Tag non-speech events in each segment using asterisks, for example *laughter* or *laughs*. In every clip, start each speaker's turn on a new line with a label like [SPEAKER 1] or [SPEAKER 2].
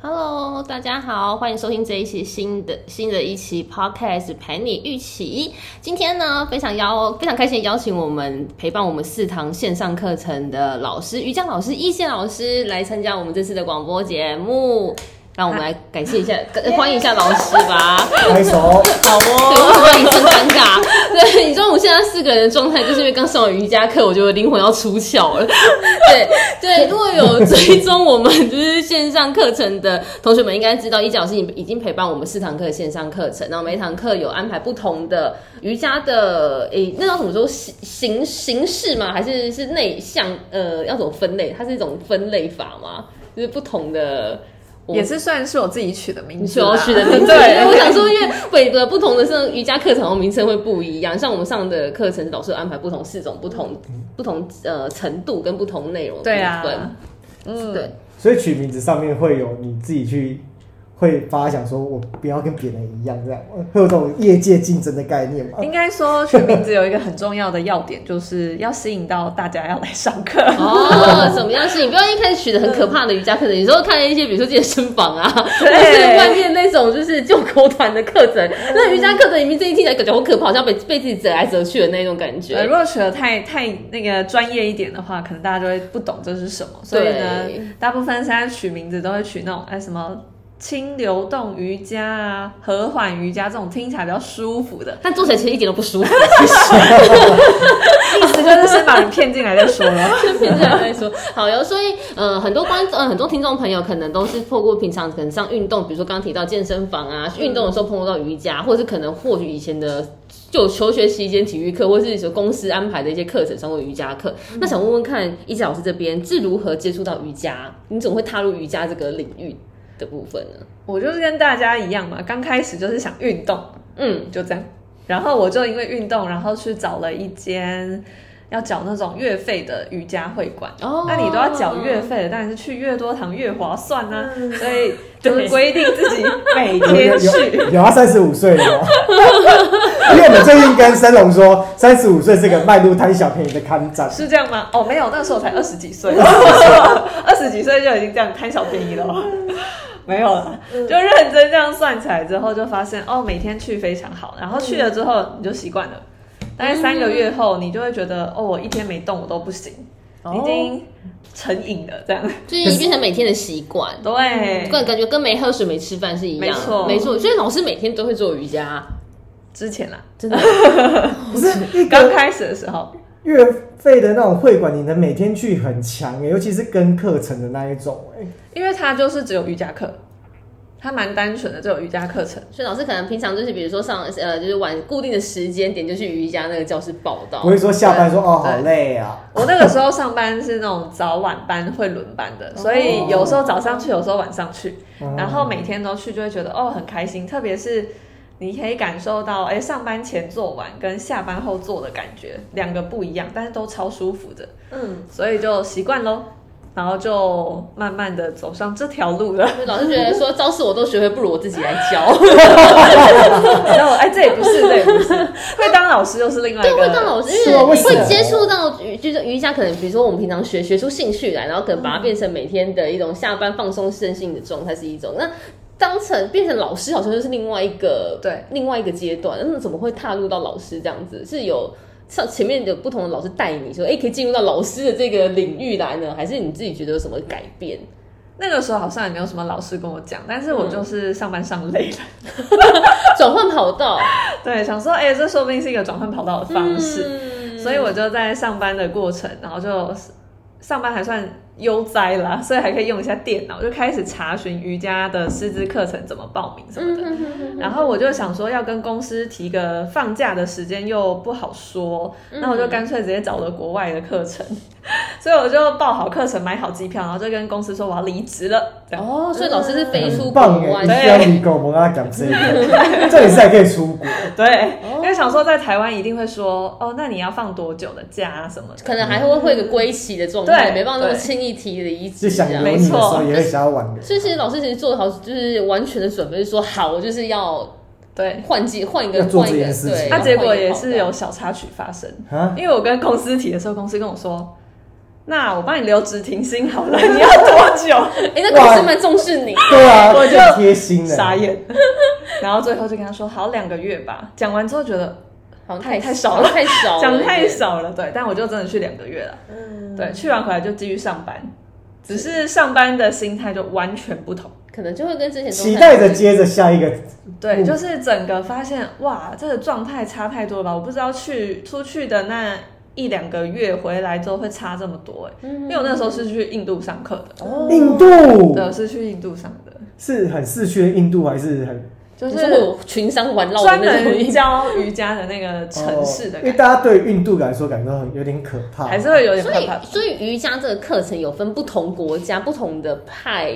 [SPEAKER 1] Hello，大家好，欢迎收听这一期新的新的一期 Podcast 陪你预期。今天呢，非常邀非常开心地邀请我们陪伴我们四堂线上课程的老师瑜伽老师、易线老师来参加我们这次的广播节目。让我们来感谢一下，呃欢迎一下老师吧。
[SPEAKER 2] 拍手，
[SPEAKER 1] 好哦，对，为什么让你这么尴尬？对，你知道我们现在四个人的状态，就是因为刚上完瑜伽课，我觉得灵魂要出窍了。对对，如果有追踪我们就是线上课程的同学们，应该知道一姐老师已已经陪伴我们四堂课的线上课程，然后每一堂课有安排不同的瑜伽的，诶、那要怎么说形形形式吗？还是是内向？呃，要怎么分类？它是一种分类法吗？就是不同的。我
[SPEAKER 3] 也是算是我自己取的名
[SPEAKER 1] 你
[SPEAKER 3] 字
[SPEAKER 1] 所
[SPEAKER 3] 啦，
[SPEAKER 1] 要取的名字。
[SPEAKER 3] *laughs* 对，
[SPEAKER 1] 我想说，因为每个不同的上瑜伽课程的名称会不一样，像我们上的课程老师有安排不同四种、不同
[SPEAKER 3] 嗯
[SPEAKER 1] 不同呃程度跟不同内容的
[SPEAKER 3] 对啊
[SPEAKER 1] 部分。
[SPEAKER 3] 嗯，
[SPEAKER 1] 对
[SPEAKER 2] 所以取名字上面会有你自己去会发想，说我不要跟别人一样，这样会有这种业界竞争的概念嘛？
[SPEAKER 3] 应该说取名字有一个很重要的要点，就是要吸引到大家要来上课。
[SPEAKER 1] 哦，怎么样是？你不要一开始取的很可怕的瑜伽课程，有时候看一些比如说健身房啊， *laughs* 或
[SPEAKER 3] 对
[SPEAKER 1] 者是外面那种就是救国团的课程，
[SPEAKER 3] 嗯
[SPEAKER 1] 那瑜伽课程里面这一听起来感觉好可怕，好像被被自己折来折去的那种感觉
[SPEAKER 3] 呃，。如果取的太太那个专业一点的话，可能大家就会不懂这是什么。所以呢
[SPEAKER 1] 对，，
[SPEAKER 3] 大部分现在取名字都会取那种哎什么轻流动瑜伽啊、和缓瑜伽这种听起来比较舒服的 *laughs*
[SPEAKER 1] 但做起来其实一点都不舒服，
[SPEAKER 3] 意思就是先把你骗进来再说了。
[SPEAKER 1] *laughs* 现在来说，好哟。所以，呃，很多观众、呃、很多听众朋友可能都是透过平常可能上运动，比如说刚刚提到健身房啊，
[SPEAKER 3] 嗯
[SPEAKER 1] 运动的时候碰到瑜伽，或是可能或许以前的就求学期间体育课，或是说公司安排的一些课程上过瑜伽课。
[SPEAKER 3] 嗯
[SPEAKER 1] 那想问问看，一姐老师这边是如何接触到瑜伽？你怎么会踏入瑜伽这个领域的部分呢？
[SPEAKER 3] 我就是跟大家一样嘛，刚开始就是想运动，
[SPEAKER 1] 嗯，
[SPEAKER 3] 就这样。然后我就因为运动，然后去找了一间要缴那种月费的瑜伽会馆。
[SPEAKER 1] 哦
[SPEAKER 3] 那你都要缴月费了，当然是去越多堂越划算啊。所以就是规定自己每
[SPEAKER 2] 有有
[SPEAKER 3] 天去。
[SPEAKER 2] 有有他三十五岁了吗？因为我们最近跟森龙说，三十五岁是个迈入贪小便宜的看展，
[SPEAKER 3] 是这样吗？哦，没有，那时候我才二十几岁，二十几岁就已经这样贪小便宜了哦，没有了，就认真这样算起来之后，就发现哦，每天去非常好，然后去了之后你就习惯了，大概三个月后，你就会觉得哦，我一天没动我都不行，已经成瘾了这样，
[SPEAKER 1] 哦就是变成每天的习惯。
[SPEAKER 3] 对，
[SPEAKER 1] 感感觉跟没喝水、没吃饭是一样，
[SPEAKER 3] 没错
[SPEAKER 1] 没错。所以老师每天都会做瑜伽，
[SPEAKER 3] 之前啦，
[SPEAKER 1] 真的。
[SPEAKER 2] 不是一
[SPEAKER 3] 刚
[SPEAKER 2] 个
[SPEAKER 3] 开始的时候，
[SPEAKER 2] 月费的那种会馆，你能每天去很强欸尤其是跟课程的那一种欸
[SPEAKER 3] 因为它就是只有瑜伽课，它蛮单纯的，只有瑜伽课程。
[SPEAKER 1] 所以老师可能平常就是比如说上呃就是晚固定的时间点就去瑜伽那个教室报道
[SPEAKER 2] 不，会说下班说哦好累啊，
[SPEAKER 3] 我那个时候上班是那种早晚班会轮班的，所以有时候早上去，有时候晚上去，
[SPEAKER 2] 嗯
[SPEAKER 3] 然后每天都去，就会觉得哦很开心，特别是。你可以感受到，哎、上班前做完跟下班后做的感觉，两个不一样，但是都超舒服的，
[SPEAKER 1] 嗯，
[SPEAKER 3] 所以就习惯喽，然后就慢慢的走上这条路了。
[SPEAKER 1] 就老师觉得说招式我都学会，不如我自己来教。
[SPEAKER 3] 然后，哎、这也不是，这也
[SPEAKER 1] *laughs*
[SPEAKER 3] 不是，会当老师又是另外一
[SPEAKER 1] 对，
[SPEAKER 3] 个，
[SPEAKER 1] 会当老师，
[SPEAKER 2] 是
[SPEAKER 1] 因
[SPEAKER 2] 啊
[SPEAKER 1] 为
[SPEAKER 2] 为什么
[SPEAKER 1] 会接触到瑜就是瑜伽，可能比如说我们平常学学出兴趣来，然后可能把它变成每天的一种下班放松身心的状态是一种那。当成变成老师，好像就是另外一个
[SPEAKER 3] 对
[SPEAKER 1] 另外一个阶段。那怎么会踏入到老师这样子？是有像前面有不同的老师带你说，哎、可以进入到老师的这个领域来呢，还是你自己觉得有什么改变？
[SPEAKER 3] 那个时候好像也没有什么老师跟我讲，但是我
[SPEAKER 1] 嗯
[SPEAKER 3] 就是上班上累了。 *laughs*
[SPEAKER 1] 转换跑道
[SPEAKER 3] 对，想说，哎、这说不定是一个转换跑道的方式，
[SPEAKER 1] 嗯
[SPEAKER 3] 所以我就在上班的过程，然后就上班还算悠哉啦，所以还可以用一下电脑，就开始查询瑜伽的师资课程怎么报名什么
[SPEAKER 1] 嗯
[SPEAKER 3] 的。然后我就想说，要跟公司提个放假的时间又不好说，那
[SPEAKER 2] 嗯
[SPEAKER 3] 我就干脆直接找了国外的课程， *laughs* 所以我就报好课程，买好机票，然后就跟公司说我要离职了。这样
[SPEAKER 1] 哦，所以老师是飞出国
[SPEAKER 2] 很棒
[SPEAKER 1] 外
[SPEAKER 2] 哎，一
[SPEAKER 1] 的，
[SPEAKER 2] 定要你跟我们要讲这个，这里是还可以出国，
[SPEAKER 3] 对，
[SPEAKER 2] 哦
[SPEAKER 3] 因为想说在台湾一定会说，哦，那你要放多久的假啊什么的。
[SPEAKER 1] 可能还会会有个归期的状态，
[SPEAKER 3] 对
[SPEAKER 1] 没办法那么
[SPEAKER 3] 对
[SPEAKER 1] 轻易提离
[SPEAKER 2] 就
[SPEAKER 1] 职这
[SPEAKER 2] 想
[SPEAKER 1] 样
[SPEAKER 2] 留。
[SPEAKER 3] 没
[SPEAKER 2] 你的时候
[SPEAKER 3] 错
[SPEAKER 2] 也会想要挽留。
[SPEAKER 1] 所以其实老师其实做得好，就是完全的准备，就是说好，我就是要
[SPEAKER 3] 对，
[SPEAKER 1] 换季换一个
[SPEAKER 2] 要做
[SPEAKER 1] 换
[SPEAKER 2] 这
[SPEAKER 1] 一个，
[SPEAKER 2] 件事情
[SPEAKER 1] 对，
[SPEAKER 3] 那
[SPEAKER 1] 要
[SPEAKER 3] 结果
[SPEAKER 1] 换一个
[SPEAKER 3] 也
[SPEAKER 1] 跑道
[SPEAKER 3] 是有小插曲发生，
[SPEAKER 2] 啊，
[SPEAKER 3] 因为我跟公司提的时候，公司跟我说，那我帮你留职停薪好了，你要多
[SPEAKER 2] *laughs*
[SPEAKER 3] 久？
[SPEAKER 1] 哎、那老师蛮重视你。
[SPEAKER 2] 对啊，
[SPEAKER 3] 我就
[SPEAKER 2] 很贴心的，
[SPEAKER 3] 傻眼。 *laughs* 然后最后就跟他说好两个月吧。讲完之后觉得
[SPEAKER 1] 好像
[SPEAKER 3] 太
[SPEAKER 1] 太
[SPEAKER 3] 太少了
[SPEAKER 1] 太少了，
[SPEAKER 3] 讲太
[SPEAKER 1] 对。
[SPEAKER 3] 少了，对，但我就真的去两个月了。
[SPEAKER 1] 哦嗯，
[SPEAKER 3] 对，去完回来就继续上班，只是上班的心态就完全不同。
[SPEAKER 1] 可能就会跟之前中
[SPEAKER 2] 期
[SPEAKER 1] 餐
[SPEAKER 2] 待着接着下一个。
[SPEAKER 3] 对，
[SPEAKER 2] 嗯
[SPEAKER 3] 就是整个发现哇，这个状态差太多了吧？我不知道去出去的那一两个月回来之后会差这么多、欸，
[SPEAKER 1] 嗯
[SPEAKER 3] 因为我那个时候是去印度上课的，
[SPEAKER 1] 哦
[SPEAKER 2] 印度
[SPEAKER 3] 对，是去印度上的，
[SPEAKER 2] 是很市区的印度还是很哦
[SPEAKER 3] 就
[SPEAKER 1] 你说会
[SPEAKER 3] 是
[SPEAKER 1] 有群商玩闹的
[SPEAKER 3] 专
[SPEAKER 1] 那种
[SPEAKER 3] 门教瑜伽的那个城市的
[SPEAKER 2] 哦因
[SPEAKER 3] 感觉，
[SPEAKER 2] 为大家对印度来说感觉很有点可怕，
[SPEAKER 3] 还是会有点
[SPEAKER 1] 哦所
[SPEAKER 3] 害怕
[SPEAKER 1] 以，。所以瑜伽这个课程有分不同国家、不同的派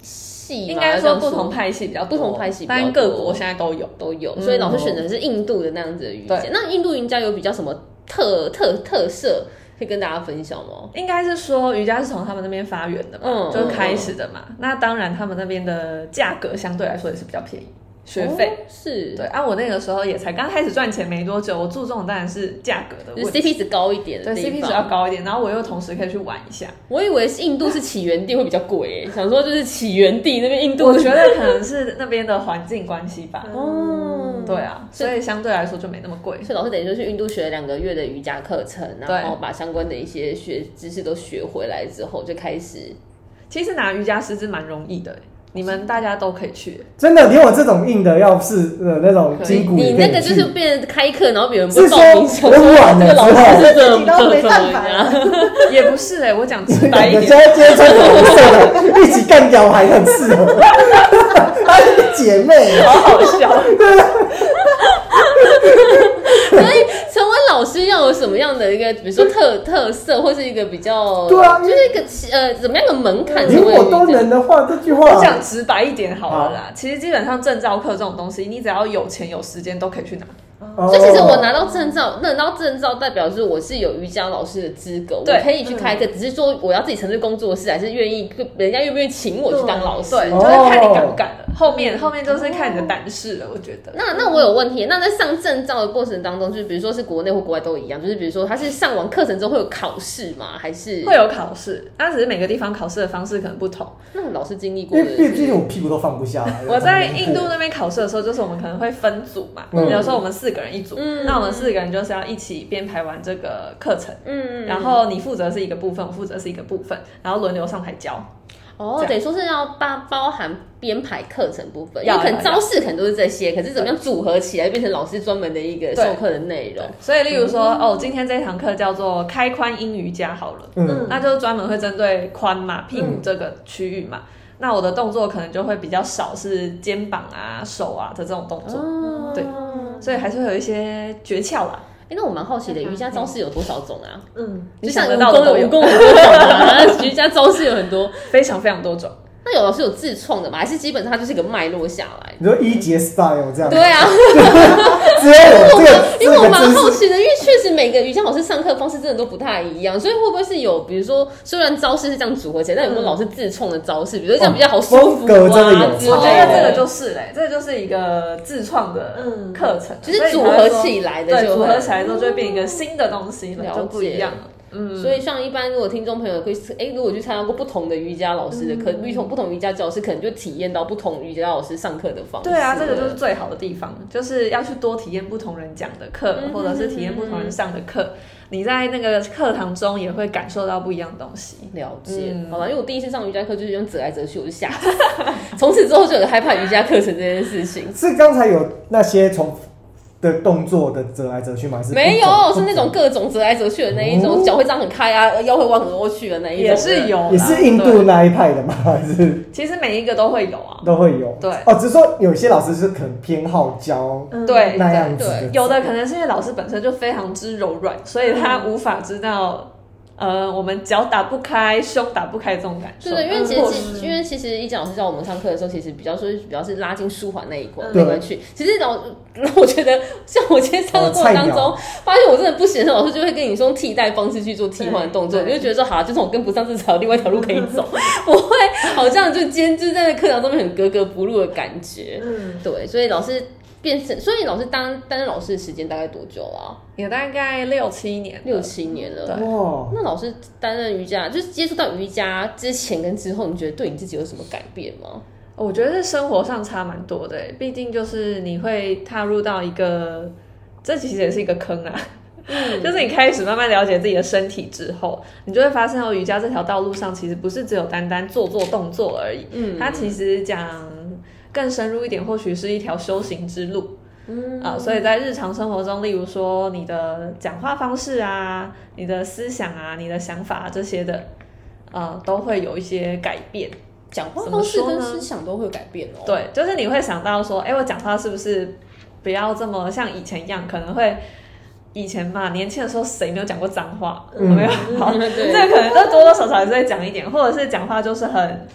[SPEAKER 1] 系吗，
[SPEAKER 3] 应该
[SPEAKER 1] 这
[SPEAKER 3] 说
[SPEAKER 1] 样
[SPEAKER 3] 不同派系比较多
[SPEAKER 1] 不同派系比较多
[SPEAKER 3] 但各国现在都有。
[SPEAKER 1] 都有，
[SPEAKER 3] 嗯
[SPEAKER 1] 所以老师选的是印度的那样子的瑜伽。
[SPEAKER 3] 对
[SPEAKER 1] 那印度瑜伽有比较什么特特特色可以跟大家分享吗？
[SPEAKER 3] 应该是说瑜伽是从他们那边发源的嘛，
[SPEAKER 1] 嗯
[SPEAKER 3] 就开始的嘛。那当然，他们那边的价格相对来说也是比较便宜，学费。
[SPEAKER 1] 哦是，
[SPEAKER 3] 对，啊，我那个时候也才刚开始赚钱没多久，我注重的当然是价格的
[SPEAKER 1] 就是
[SPEAKER 3] 问
[SPEAKER 1] CP
[SPEAKER 3] 题，
[SPEAKER 1] 值高一点的
[SPEAKER 3] 对
[SPEAKER 1] 地
[SPEAKER 3] CP 值要
[SPEAKER 1] 方。
[SPEAKER 3] 高一点，然后我又同时可以去玩一
[SPEAKER 1] *laughs*
[SPEAKER 3] 下。
[SPEAKER 1] 我以为印度是起源地会比较贵、欸，想说就是起源地那边印度
[SPEAKER 3] 我
[SPEAKER 1] 的
[SPEAKER 3] 觉得可能是那边的环境关系吧，
[SPEAKER 1] 哦，
[SPEAKER 3] 对啊，所以相对来说就没那么贵。
[SPEAKER 1] 所以老师等于就是印度学了两个月的瑜伽课程，
[SPEAKER 3] 对
[SPEAKER 1] 然后把相关的一些学知识都学回来之后，就开始
[SPEAKER 3] 其实拿瑜伽师资蛮容易的、欸你们大家都可以去、欸
[SPEAKER 2] 真的连我这种硬的，要是呃那种
[SPEAKER 3] 可以
[SPEAKER 2] 筋骨
[SPEAKER 1] 你
[SPEAKER 2] 也可以
[SPEAKER 1] 那个就
[SPEAKER 2] 去
[SPEAKER 1] 是变成开课，然后别人不
[SPEAKER 2] 是说
[SPEAKER 1] 报名，想说
[SPEAKER 2] 我晚
[SPEAKER 1] 这
[SPEAKER 2] 了
[SPEAKER 1] 个
[SPEAKER 2] 之
[SPEAKER 1] 老
[SPEAKER 2] 后
[SPEAKER 1] 师是
[SPEAKER 4] 自
[SPEAKER 1] 怎
[SPEAKER 4] 己
[SPEAKER 1] 么
[SPEAKER 4] 都
[SPEAKER 1] 怎
[SPEAKER 4] 没
[SPEAKER 1] 么
[SPEAKER 4] 办法
[SPEAKER 1] 样？
[SPEAKER 3] 也不是哎、我讲直白
[SPEAKER 2] 白
[SPEAKER 3] 一
[SPEAKER 2] 一
[SPEAKER 3] 点，
[SPEAKER 2] 今天穿红色的，一起干掉我还很适
[SPEAKER 3] *laughs*
[SPEAKER 2] 合，她是姐妹，
[SPEAKER 3] 好好笑。
[SPEAKER 1] *laughs* 所以成为老师要有什么样的一个，比如说特特色，或是一个比较，
[SPEAKER 2] 对
[SPEAKER 3] 哦
[SPEAKER 2] 啊
[SPEAKER 1] 就是一个起呃怎么样的门槛？
[SPEAKER 2] 如
[SPEAKER 1] 成为
[SPEAKER 2] 果都
[SPEAKER 1] 瑜伽
[SPEAKER 2] 能的话，这句
[SPEAKER 3] 我
[SPEAKER 1] 嗯
[SPEAKER 2] 话
[SPEAKER 3] 讲直白一点好了啦，其实基本上证照课这种东西，你只要有钱有时间都可以去拿。
[SPEAKER 2] 哦
[SPEAKER 1] 所以其实我拿到证照，那拿到证照代表是我是有瑜伽老师的资格，我
[SPEAKER 3] 对
[SPEAKER 1] 可以去
[SPEAKER 3] 嗯
[SPEAKER 1] 开课，只是说我要自己成立工作室，还是愿意人家愿不愿意请我去当老师？
[SPEAKER 3] 对，
[SPEAKER 2] 哦
[SPEAKER 3] 就是看你敢不敢了。后面后面就是看你的胆识了，我觉得。
[SPEAKER 1] 那那我有问题，那在上证照的过程当中，就是比如说是国内或国外都一样，就是比如说他是上完课程之后会有考试吗？还是
[SPEAKER 3] 会？有考试，那只是每个地方考试的方式可能不同。
[SPEAKER 1] 那老师经历过
[SPEAKER 2] 因
[SPEAKER 1] 的
[SPEAKER 2] 为毕
[SPEAKER 1] 是
[SPEAKER 2] 毕竟我屁股都放不下
[SPEAKER 1] 嗯
[SPEAKER 2] 来。
[SPEAKER 3] 我在印度那边考试的时候，就是我们可能会分组嘛，
[SPEAKER 2] 嗯
[SPEAKER 3] 比如说我们四个人一组，
[SPEAKER 1] 嗯
[SPEAKER 3] 那我们四个人就是要一起编排完这个课程，
[SPEAKER 1] 嗯，
[SPEAKER 3] 然后你负责是一个部分，我负责是一个部分，然后轮流上台教。
[SPEAKER 1] 哦
[SPEAKER 3] 这，样
[SPEAKER 1] 等于说是要包包含编排课程部分，因
[SPEAKER 3] 要
[SPEAKER 1] 为可能
[SPEAKER 3] 要
[SPEAKER 1] 招式可能都是这些，可是怎么样组合起来变成老师专门的一个
[SPEAKER 3] 对
[SPEAKER 1] 授课的内容？
[SPEAKER 3] 所以，例如说，
[SPEAKER 1] 嗯
[SPEAKER 3] 哦，今天这一堂课叫做开髋阴瑜伽好了，
[SPEAKER 2] 嗯，
[SPEAKER 3] 那就是专门会针对髋嘛、屁股这个区域嘛。那我的动作可能就会比较少是肩膀啊、手啊的这种动作，
[SPEAKER 1] 哦，
[SPEAKER 3] 对所以还是会有一些诀窍啦。
[SPEAKER 1] 哎、那我蛮好奇的，瑜伽招式有多少种啊？
[SPEAKER 4] 嗯，
[SPEAKER 3] 你
[SPEAKER 1] 就像
[SPEAKER 3] 想
[SPEAKER 1] 蜈
[SPEAKER 3] 得到的都
[SPEAKER 1] 蚣，蜈
[SPEAKER 3] 有，
[SPEAKER 1] 蚣很多种啊， *laughs* 那瑜伽招式有很多。
[SPEAKER 3] 非常非常多种。
[SPEAKER 1] 那有老师有自创的吗？还是基本上它就是一个脉络下来？
[SPEAKER 2] 你说一节 style 这样，
[SPEAKER 1] 对，啊， *laughs*
[SPEAKER 2] 只有我这个，
[SPEAKER 1] 因为我
[SPEAKER 2] 这个
[SPEAKER 1] 蛮
[SPEAKER 2] 真
[SPEAKER 1] 好
[SPEAKER 2] 是
[SPEAKER 1] 奇的，因为确实每个瑜伽老师上课方式真的都不太一样，所以会不会是有，比如说虽然招式是这样组合起来，但有没有老师自创的招式，比如说这样比较好舒服
[SPEAKER 2] 风格真的
[SPEAKER 1] 啊
[SPEAKER 2] 有
[SPEAKER 1] 之
[SPEAKER 3] 嗯哦我
[SPEAKER 2] 差
[SPEAKER 3] 觉
[SPEAKER 1] 类
[SPEAKER 3] 得这
[SPEAKER 1] 的
[SPEAKER 3] 个就是嘞、这个就是一个自创的
[SPEAKER 4] 嗯
[SPEAKER 3] 课程，
[SPEAKER 1] 就是组
[SPEAKER 3] 所以才会
[SPEAKER 1] 合
[SPEAKER 3] 说
[SPEAKER 1] 起来的
[SPEAKER 3] 对，
[SPEAKER 1] 就
[SPEAKER 3] 组
[SPEAKER 1] 会
[SPEAKER 3] 合起来之后就会变一个新的东西
[SPEAKER 1] 了
[SPEAKER 3] 了，
[SPEAKER 1] 解
[SPEAKER 3] 就不一样了。嗯，
[SPEAKER 1] 所以，像一般如果听众朋友会，哎、如果去参加过不同的瑜伽老师的
[SPEAKER 3] 嗯
[SPEAKER 1] 课，不同不同瑜伽教师，可能就体验到不同瑜伽老师上课的方式了。
[SPEAKER 3] 对啊，这个就是最好的地方，就是要去多体验不同人讲的课，
[SPEAKER 1] 嗯
[SPEAKER 3] 或者是体验不同人上的课。你在那个课堂中也会感受到不一样的东西。
[SPEAKER 1] 了解，
[SPEAKER 3] 嗯
[SPEAKER 1] 好了，因为我第一次上瑜伽课就是用折来折去，我就吓死， *laughs* 从此之后就有害怕瑜伽课程这件事
[SPEAKER 3] *laughs*
[SPEAKER 1] 情。
[SPEAKER 2] 是刚才有那些从的动作的折来折去吗？还是
[SPEAKER 1] 没
[SPEAKER 2] 不
[SPEAKER 1] 有，
[SPEAKER 2] 走
[SPEAKER 1] 是那种各种折来折去的那一种，
[SPEAKER 2] 哦
[SPEAKER 1] 脚会张很开啊，腰会弯很过去的啊那一种，
[SPEAKER 3] 也是。有啦，
[SPEAKER 2] 也是印度
[SPEAKER 3] 对。
[SPEAKER 2] 那一派的吗？还是
[SPEAKER 3] 其实每一个都会有啊，
[SPEAKER 2] 都会有？
[SPEAKER 3] 对
[SPEAKER 2] 哦，只是说有些老师是可能偏好教
[SPEAKER 1] 嗯
[SPEAKER 3] 对
[SPEAKER 2] 那样子
[SPEAKER 1] 对
[SPEAKER 2] 的，
[SPEAKER 3] 有的可能是因为老师本身就非常之柔软，所以他无法知道，呃，我们脚打不开、胸打不开这种感受。嗯
[SPEAKER 1] 对的，因为其实
[SPEAKER 3] 或
[SPEAKER 1] 其因为其实一讲老师教我们上课的时候，其实比较说比较是拉筋舒缓那一
[SPEAKER 3] 嗯
[SPEAKER 1] 关
[SPEAKER 2] 对
[SPEAKER 1] 那一关去。其实老我觉得，像我今天上课过程
[SPEAKER 3] 哦
[SPEAKER 1] 当中，发现我真的不行的时候，老师就会跟你说用替代方式去做替换的动作，
[SPEAKER 3] 对
[SPEAKER 1] 你
[SPEAKER 3] 对
[SPEAKER 1] 就觉得说好啊，就是我跟不上，至少有另外一条路可以
[SPEAKER 3] *laughs*
[SPEAKER 1] 走，不会好像就今天就在课堂中面很格格不入的感觉。
[SPEAKER 4] 嗯，
[SPEAKER 1] 对，所以老师。变成，所以老师当担任老师的时间大概多久了、
[SPEAKER 3] 也大概六七年了，
[SPEAKER 1] 六七年了。
[SPEAKER 2] 哇，
[SPEAKER 1] 那老师担任瑜伽，就是接触到瑜伽之前跟之后，你觉得对你自己有什么改变吗？
[SPEAKER 3] 我觉得是生活上差蛮多的欸，毕竟就是你会踏入到一个，这其实也是一个坑啊。
[SPEAKER 1] 嗯
[SPEAKER 3] *laughs* 就是你开始慢慢了解自己的身体之后，你就会发现哦，瑜伽这条道路上其实不是只有单单做做动作而已，
[SPEAKER 1] 嗯
[SPEAKER 3] 它其实讲更深入一点，或许是一条修行之路。
[SPEAKER 1] 嗯
[SPEAKER 3] 啊，所以在日常生活中，例如说你的讲话方式啊、你的思想啊、你的想法、啊、这些的，呃，都会有一些改变。
[SPEAKER 1] 讲话
[SPEAKER 3] 怎么
[SPEAKER 1] 方式
[SPEAKER 3] 说
[SPEAKER 1] 跟
[SPEAKER 3] 呢
[SPEAKER 1] 思想都会有改变哦。
[SPEAKER 3] 对，就是你会想到说，哎，我讲话是不是不要这么像以前一样？可能会以前嘛，年轻的时候谁没有讲过脏话？有
[SPEAKER 2] 嗯
[SPEAKER 3] 没有？好，
[SPEAKER 1] 嗯，
[SPEAKER 3] 这
[SPEAKER 1] *laughs* 对，
[SPEAKER 3] 个可能都多多少少还是会讲一点，或者是讲话就是很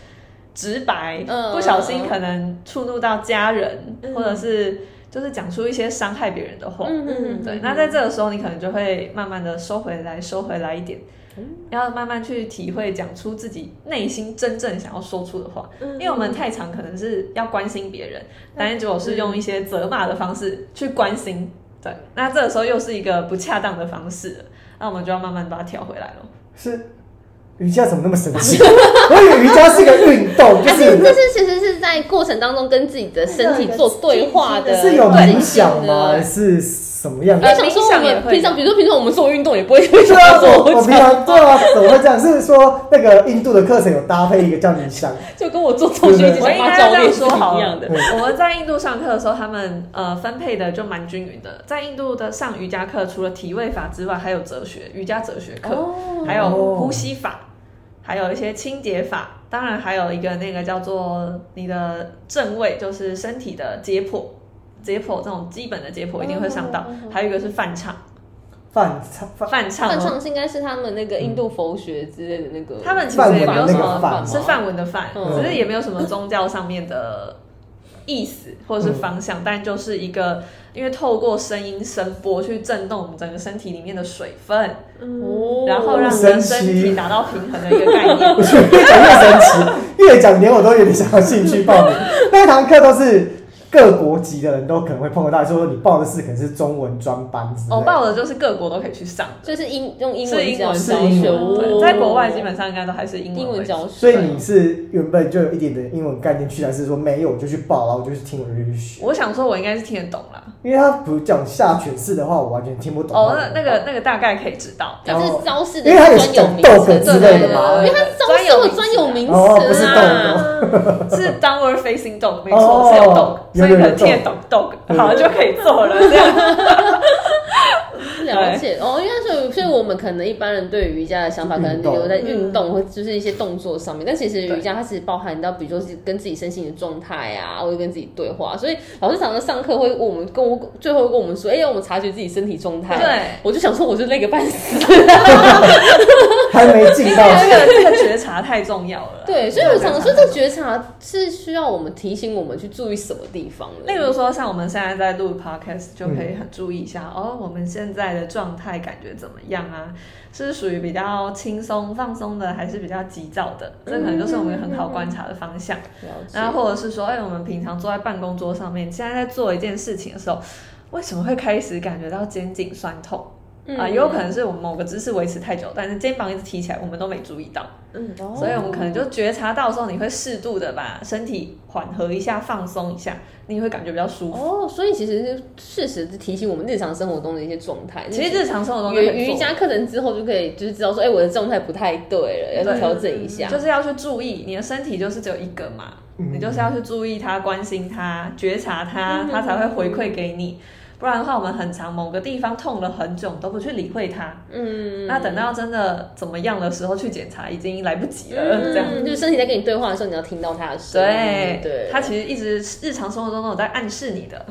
[SPEAKER 3] 直白，
[SPEAKER 1] 嗯
[SPEAKER 3] 不小心可能触怒到家人，
[SPEAKER 1] 嗯
[SPEAKER 3] 或者是就是讲出一些伤害别人的话。
[SPEAKER 1] 嗯嗯
[SPEAKER 3] 对，那在这个时候，你可能就会慢慢的收回来，收回来一点，
[SPEAKER 1] 哦
[SPEAKER 3] 要慢慢去体会，讲出自己内心真正想要说出的话。因为我
[SPEAKER 1] *laughs*
[SPEAKER 3] 们太常可能是要关心别人，但是结果是用一些责骂的方式去关心。对，那这个时候又是一个不恰当的方式了，那我们就要慢慢把它调回来了。
[SPEAKER 2] 是瑜伽怎么那么神奇？ *laughs* 我以为瑜伽是个运动，
[SPEAKER 1] *laughs*
[SPEAKER 2] 就
[SPEAKER 1] 还是这
[SPEAKER 2] 是
[SPEAKER 1] 是其实是在过程当中跟自己的身体做对话的，
[SPEAKER 2] 是有
[SPEAKER 1] 对
[SPEAKER 2] 冥想
[SPEAKER 1] 对呃
[SPEAKER 2] 吗？还是什么样
[SPEAKER 1] 我
[SPEAKER 2] 的？
[SPEAKER 3] 呃
[SPEAKER 1] 想说，我们平常，比如说平常我们做运动也不会
[SPEAKER 2] 对
[SPEAKER 1] 做
[SPEAKER 2] 啊，我我
[SPEAKER 1] 做
[SPEAKER 2] 平常对啊，怎么会这样？是说那个印度的课程有搭配一个叫冥想，
[SPEAKER 1] 就跟我做中学一起
[SPEAKER 3] 我应
[SPEAKER 1] 骂
[SPEAKER 3] 该
[SPEAKER 1] 教
[SPEAKER 3] 这
[SPEAKER 1] 练
[SPEAKER 3] 样
[SPEAKER 1] 是
[SPEAKER 3] 说好
[SPEAKER 1] 一
[SPEAKER 3] 了
[SPEAKER 1] 样的。。
[SPEAKER 3] 我们在印度上课的时候，他们呃分配的就蛮均匀的。在印度的上瑜伽课，除了体位法之外，还有哲学、瑜伽哲学课，
[SPEAKER 1] 哦
[SPEAKER 3] 还有呼吸法，还有一些清洁法，当然还有一个那个叫做你的正位，就是身体的解剖。解剖这种基本的解剖一定会
[SPEAKER 2] 嗯
[SPEAKER 3] 上到
[SPEAKER 1] 哦哦哦哦
[SPEAKER 3] 还有一个是梵唱，
[SPEAKER 2] 饭唱饭
[SPEAKER 3] 梵唱
[SPEAKER 1] 梵
[SPEAKER 3] 哦，
[SPEAKER 1] 唱是应该是他们那个印度佛学之类的那个，
[SPEAKER 3] 他们其实也没有什么
[SPEAKER 2] 梵文的那个梵吗
[SPEAKER 3] 是梵文的梵，
[SPEAKER 1] 嗯
[SPEAKER 3] 只是也没有什么宗教上面的意思或者是方向，但就是一个，因为透过声音声波去震动我们整个身体里面的水分，
[SPEAKER 1] 哦
[SPEAKER 3] 嗯然后让你
[SPEAKER 2] 神
[SPEAKER 3] 的
[SPEAKER 2] 奇
[SPEAKER 3] 身体达到平衡的一个概念。
[SPEAKER 2] 我觉得越讲越神奇，越讲连我都有点想要兴趣报名。那一堂课都是各国籍的人都可能会碰得到，说你报的是可能是中文专班之类的。
[SPEAKER 3] 我哦报的就是各国都可以去上，
[SPEAKER 1] 就是英用英
[SPEAKER 3] 是
[SPEAKER 1] 文
[SPEAKER 3] 英
[SPEAKER 1] 教
[SPEAKER 3] 文
[SPEAKER 1] 教
[SPEAKER 2] 是英
[SPEAKER 1] 学，
[SPEAKER 2] 文
[SPEAKER 1] 哦
[SPEAKER 3] 对，在国外基本上应该都还是英文
[SPEAKER 1] 英
[SPEAKER 3] 为
[SPEAKER 1] 文
[SPEAKER 3] 主。
[SPEAKER 1] 教学，
[SPEAKER 2] 所以你是原本就有一点点英文概念去，还是说没有我就去报，然后我就去听我就去学？
[SPEAKER 3] 我想说，我应该是听得懂啦。
[SPEAKER 2] 因为他不讲下犬式的话，我完全听不懂。
[SPEAKER 3] 哦，那那个那个大概可以知道。
[SPEAKER 1] 它是招式的
[SPEAKER 2] 因为它也
[SPEAKER 1] 专
[SPEAKER 2] 是
[SPEAKER 1] 有
[SPEAKER 2] 讲
[SPEAKER 1] 名
[SPEAKER 2] 豆梗
[SPEAKER 1] 词，
[SPEAKER 2] 之类的嘛
[SPEAKER 1] 因为它是招式有专有名词
[SPEAKER 2] 哦，不是豆
[SPEAKER 1] 啦。
[SPEAKER 2] 狗，
[SPEAKER 3] 是 downward facing dog，没
[SPEAKER 2] 哦
[SPEAKER 3] 错，是有 dog，
[SPEAKER 2] 有
[SPEAKER 3] 所以
[SPEAKER 2] 有有
[SPEAKER 3] 可能听得懂 dog，好就可以做了这
[SPEAKER 2] *laughs*
[SPEAKER 3] 样。
[SPEAKER 1] 了解哦，因为所以所以我们可能一般人对瑜伽的想法，可能
[SPEAKER 2] 运动嗯
[SPEAKER 1] 留在运动或就是一些动作上面，但其实
[SPEAKER 3] 对
[SPEAKER 1] 瑜伽它是包含到，比如说是跟自己身心的状态啊，或者跟自己对话。所以老师常常上课会问我们，跟我最后会跟我们说，哎、要我们察觉自己身体状态。
[SPEAKER 3] 对，
[SPEAKER 1] 我就想说，我就累个半死。
[SPEAKER 2] 还没进到。
[SPEAKER 3] 这个这个觉察太重要了。
[SPEAKER 1] 对，所以我常常说，这觉察是需要我们提醒我们去注意什么地方的。
[SPEAKER 3] 例如说，像我们现在在录
[SPEAKER 1] 嗯
[SPEAKER 3] podcast，就可以很注意一下、哦，我们现在的状态感觉怎么样啊？是属于比较轻松放松的，还是比较急躁的？这可能就是我们很好观察的方向。
[SPEAKER 1] 了解，
[SPEAKER 3] 然后或者是说，哎，我们平常坐在办公桌上面，现在在做一件事情的时候，为什么会开始感觉到肩颈酸痛
[SPEAKER 1] 嗯
[SPEAKER 3] 啊？也有可能是我们某个姿势维持太久，但是肩膀一直提起来，我们都没注意到，
[SPEAKER 1] 嗯，哦
[SPEAKER 3] 所以我们可能就觉察到的时候，你会适度的把身体缓和一下，放松一下，你会感觉比较舒服。
[SPEAKER 1] 哦，所以其实是事实是提醒我们日常生活中的一些状态。
[SPEAKER 3] 其实日常生活中就可以
[SPEAKER 1] 瑜
[SPEAKER 3] 做
[SPEAKER 1] 瑜伽课程之后就可以就是知道说，哎、我的状态不太对了，要去
[SPEAKER 3] 对
[SPEAKER 1] 调整一下。
[SPEAKER 3] 就是要去注意你的身体，就是只有一个嘛，
[SPEAKER 2] 嗯
[SPEAKER 3] 你就是要去注意它、关心它、觉察
[SPEAKER 1] 嗯
[SPEAKER 3] 它，它才会回馈给你。不然的话，我们很长某个地方痛了很久，我们都不去理会它。
[SPEAKER 1] 嗯，
[SPEAKER 3] 那等到真的怎么样的时候去检查，已经来不及了。
[SPEAKER 1] 嗯
[SPEAKER 3] 呃这样，
[SPEAKER 1] 就是身体在跟你对话的时候，你要听到它的声
[SPEAKER 3] 对
[SPEAKER 1] 音。对，
[SPEAKER 3] 它其实一直日常生活中都有在暗示你的。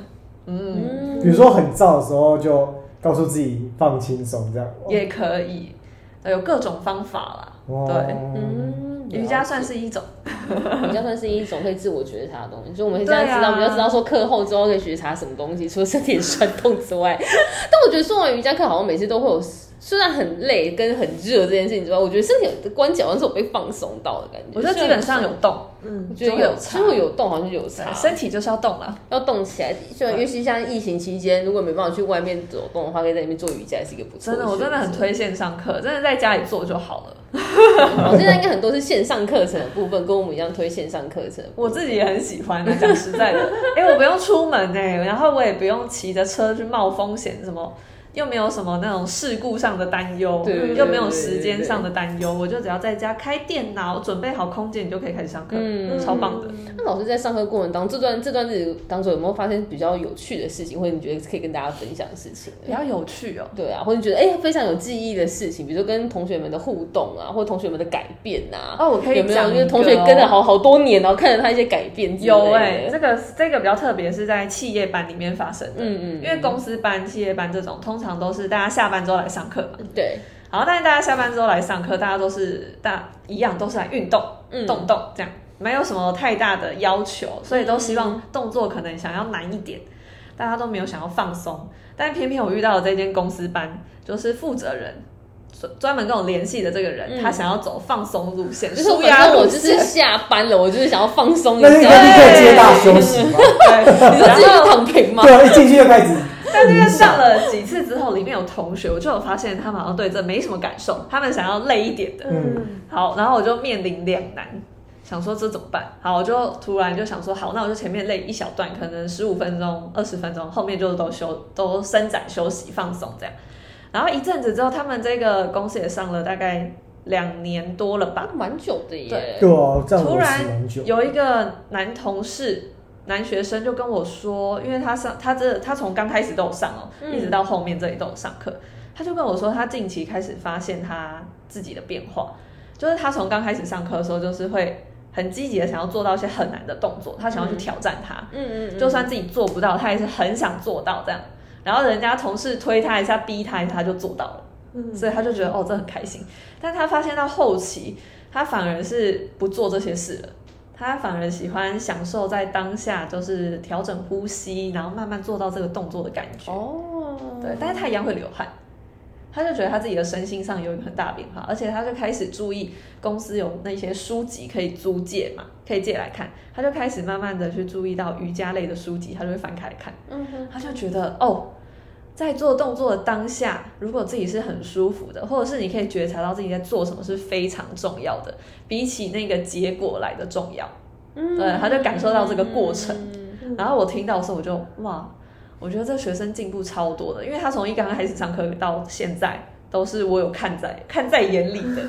[SPEAKER 3] 嗯，
[SPEAKER 1] 嗯
[SPEAKER 2] 比如说很燥的时候，就告诉自己放轻松这样。
[SPEAKER 3] 也可以，呃有各种方法啦。对，
[SPEAKER 1] 嗯，
[SPEAKER 3] 瑜伽算是一种。
[SPEAKER 1] *laughs* 瑜伽算是一种可以自我觉察的东西，所以我们现
[SPEAKER 3] 对
[SPEAKER 1] 在
[SPEAKER 3] 啊
[SPEAKER 1] 知道，我们要知道说课后之后可以觉察什么东西，除了身体的酸痛之外。但我觉得上完瑜伽课好像每次都会有虽然很累跟很热这件事情之外，我觉得身体的关节好像是有被放松到的感觉。
[SPEAKER 3] 我觉得基本上有动，
[SPEAKER 1] 我
[SPEAKER 3] 嗯，
[SPEAKER 1] 觉得
[SPEAKER 3] 就
[SPEAKER 1] 有，
[SPEAKER 3] 差
[SPEAKER 1] 就，会有动，好像有差
[SPEAKER 3] 对。啊身体就是要动了。
[SPEAKER 1] 要动起来，就
[SPEAKER 3] 啊
[SPEAKER 1] 尤其像疫情期间，如果没办法去外面走动的话，可以在里面做瑜伽，也是一个不错。
[SPEAKER 3] 真的，我真的很。推荐上课，真的在家里做就好了。
[SPEAKER 1] 我现在应该很多是线上课程的部分，跟我们一样推线上课程。
[SPEAKER 3] 我自己也很喜欢的，啊讲实在的， *laughs* 哎、我不用出门哎、然后我也不用骑着车去冒风险，什么又没有什么那种事故上的担忧，
[SPEAKER 1] 对对对
[SPEAKER 3] 又没有时间上的担忧，我就只要在家开电脑，准备好空间，你就可以开始上课，
[SPEAKER 1] 嗯
[SPEAKER 3] 超棒的。
[SPEAKER 1] 那老师在上课过程当中，这段这段日子当中有没有发现比较有趣的事情，或者你觉得可以跟大家分享的事情呢？
[SPEAKER 3] 比较有趣哦。
[SPEAKER 1] 对啊，或者你觉得哎、非常有记忆的事情，比如说跟同学们的互动啊，或同学们的改变啊。
[SPEAKER 3] 哦，我可以
[SPEAKER 1] 有没有
[SPEAKER 3] 讲一个哦，
[SPEAKER 1] 就是同学跟了好好多年，然后看着他一些改变之类的？
[SPEAKER 3] 有哎、这个这个比较特别，是在企业班里面发生的。
[SPEAKER 1] 嗯嗯，
[SPEAKER 3] 因为公司班、企业班这种，通常都是大家下班之后来上课嘛。
[SPEAKER 1] 对，
[SPEAKER 3] 好，但是大家下班之后来上课，大家都是大一样都是来运动，
[SPEAKER 1] 嗯
[SPEAKER 3] 动动这样，没有什么太大的要求，所以都希望动作可能想要难一点，大家都没有想要放松。但偏偏我遇到的这间公司班，就是负责人专专门跟我联系的这个人，
[SPEAKER 1] 嗯
[SPEAKER 3] 他想要走放松路线，
[SPEAKER 1] 就是
[SPEAKER 3] 舒
[SPEAKER 1] 反
[SPEAKER 3] 压
[SPEAKER 1] 正我
[SPEAKER 3] 路
[SPEAKER 1] 就是
[SPEAKER 3] 线。
[SPEAKER 1] 下班了，我就是想要放松一
[SPEAKER 2] 那
[SPEAKER 1] 下。
[SPEAKER 2] 就应该立刻接大休息嘛。
[SPEAKER 3] *laughs* 对，
[SPEAKER 1] 你说
[SPEAKER 3] *laughs* 然
[SPEAKER 1] 自己
[SPEAKER 3] 后
[SPEAKER 1] 躺平吗？
[SPEAKER 2] 对，一进去就开始，
[SPEAKER 3] 但是因为上了几次之后，里面有同学，我就有发现他们好像对这没什么感受，他们想要累一点的。
[SPEAKER 2] 嗯，
[SPEAKER 3] 好，然后我就面临两难，想说这怎么办？好，我就突然就想说，好，那我就前面累一小段，可能十五分钟、二十分钟，后面就都休都伸展休息放松这样。然后一阵子之后，他们这个公司也上了大概两年多了吧，
[SPEAKER 1] 蛮久的耶。
[SPEAKER 2] 对哦，这样
[SPEAKER 3] 突
[SPEAKER 2] 维持
[SPEAKER 3] 然
[SPEAKER 2] 很久。
[SPEAKER 3] 有一个男同事、男学生就跟我说，因为他上他这他从刚开始都有上哦、
[SPEAKER 1] 嗯
[SPEAKER 3] 一直到后面这里都有上课，他就跟我说，他近期开始发现他自己的变化，就是他从刚开始上课的时候，就是会很积极的想要做到一些很难的动作，他想要去
[SPEAKER 1] 嗯
[SPEAKER 3] 挑战它，
[SPEAKER 1] 嗯嗯，
[SPEAKER 3] 就算自己做不到，他也是很想做到这样。然后人家同事推他一下、逼他一下，他就做到了。
[SPEAKER 1] 嗯
[SPEAKER 3] 所以他就觉得哦，这很开心。但他发现到后期，他反而是不做这些事了，他反而喜欢享受在当下，就是调整呼吸，然后慢慢做到这个动作的感觉。
[SPEAKER 1] 哦，
[SPEAKER 3] 对，但是他一样会流汗，他就觉得他自己的身心上有一个很大的变化，而且他就开始注意公司有那些书籍可以租借嘛，可以借来看，他就开始慢慢的去注意到瑜伽类的书籍，他就会翻开来看。
[SPEAKER 1] 嗯哼，
[SPEAKER 3] 他就觉得哦，在做动作的当下，如果自己是很舒服的，或者是你可以觉察到自己在做什么是非常重要的，比起那个结果来的重要。
[SPEAKER 1] 嗯
[SPEAKER 3] 对，他就感受到这个过程。
[SPEAKER 1] 嗯
[SPEAKER 3] 然后我听到的时候，我就哇，我觉得这学生进步超多的，因为他从一刚开始上课到现在，都是我有看在看在眼里的。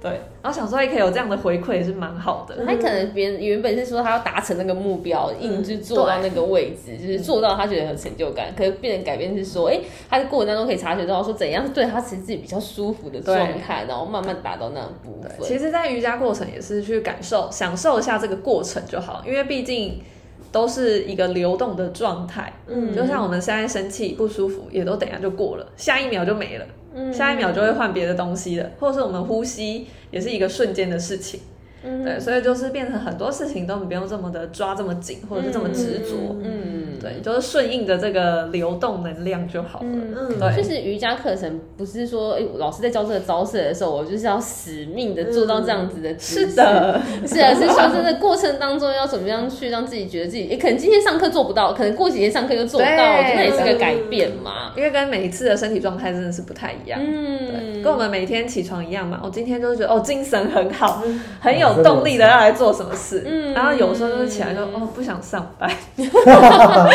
[SPEAKER 3] 对，然后想说哎也可以有这样的回馈，也是蛮好的。
[SPEAKER 1] 他可能别人原本是说他要达成那个目标，硬去做到那个位置，就是做到他觉得很有成就感。可是变成改变是说，哎、他在过程当中可以察觉到说怎样是对他其实自己比较舒服的状态，然后慢慢达到那种部
[SPEAKER 3] 对，
[SPEAKER 1] 分。
[SPEAKER 3] 其实，在瑜伽过程也是去感受、享受一下这个过程就好，因为毕竟都是一个流动的状态。
[SPEAKER 1] 嗯
[SPEAKER 3] 就像我们现在生气、不舒服，也都等一下就过了，下一秒就没了，
[SPEAKER 1] 嗯
[SPEAKER 3] 下一秒就会换别的东西了，或者是我们呼吸也是一个瞬间的事情。
[SPEAKER 1] 嗯
[SPEAKER 3] 对，所以就是变成很多事情都不用这么的抓这么紧，或者是这么执着。
[SPEAKER 1] 嗯，
[SPEAKER 3] 对，就是顺应着这个流动能量就好了。
[SPEAKER 1] 嗯就
[SPEAKER 3] 对
[SPEAKER 1] 是瑜伽课程不是说，哎、我老师在教这个招式的时候，我就是要死命的做到这样子的、
[SPEAKER 3] 是，的，
[SPEAKER 1] 是啊，是说真的，过程当中要怎么样去让自己觉得自己，哎、可能今天上课做不到，可能过几天上课又做到，
[SPEAKER 3] 对
[SPEAKER 1] 那也是个改变嘛。
[SPEAKER 3] 因为跟每一次的身体状态真的是不太一样。
[SPEAKER 1] 嗯，
[SPEAKER 3] 跟我们每天起床一样嘛，我今天就是觉得哦精神很好，很有动力的要来做什么事，
[SPEAKER 1] 嗯
[SPEAKER 3] 然后有时候就是起来就哦不想上
[SPEAKER 1] *laughs*
[SPEAKER 3] 班，啊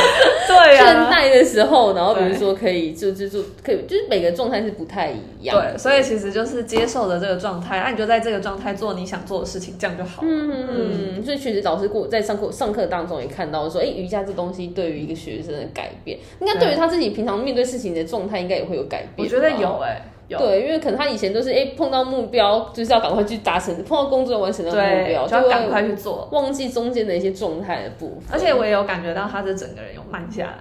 [SPEAKER 3] 对
[SPEAKER 1] 倦
[SPEAKER 3] 呀、
[SPEAKER 1] 怠的时候，然后比如说可以就就就可以，就是每个状态是不太一样。
[SPEAKER 3] 对，所以其实就是接受了这个状态，那、啊你就在这个状态做你想做的事情，这样就好了。
[SPEAKER 1] 嗯，所以确实老师过在上课上课当中也看到说，哎、瑜伽这东西对于一个学生的改变，应该对于他自己平常面对事情的状态，应该也会有改变。
[SPEAKER 3] 我觉得有。哎、有
[SPEAKER 1] 对，因为可能他以前都是哎、碰到目标就是要赶快去达成，碰到工作完成的目
[SPEAKER 3] 对
[SPEAKER 1] 标，，
[SPEAKER 3] 就要赶快去做。
[SPEAKER 1] 忘记中间的一些状态的部分，
[SPEAKER 3] 而且我也有嗯感觉到他的整个人有慢下来，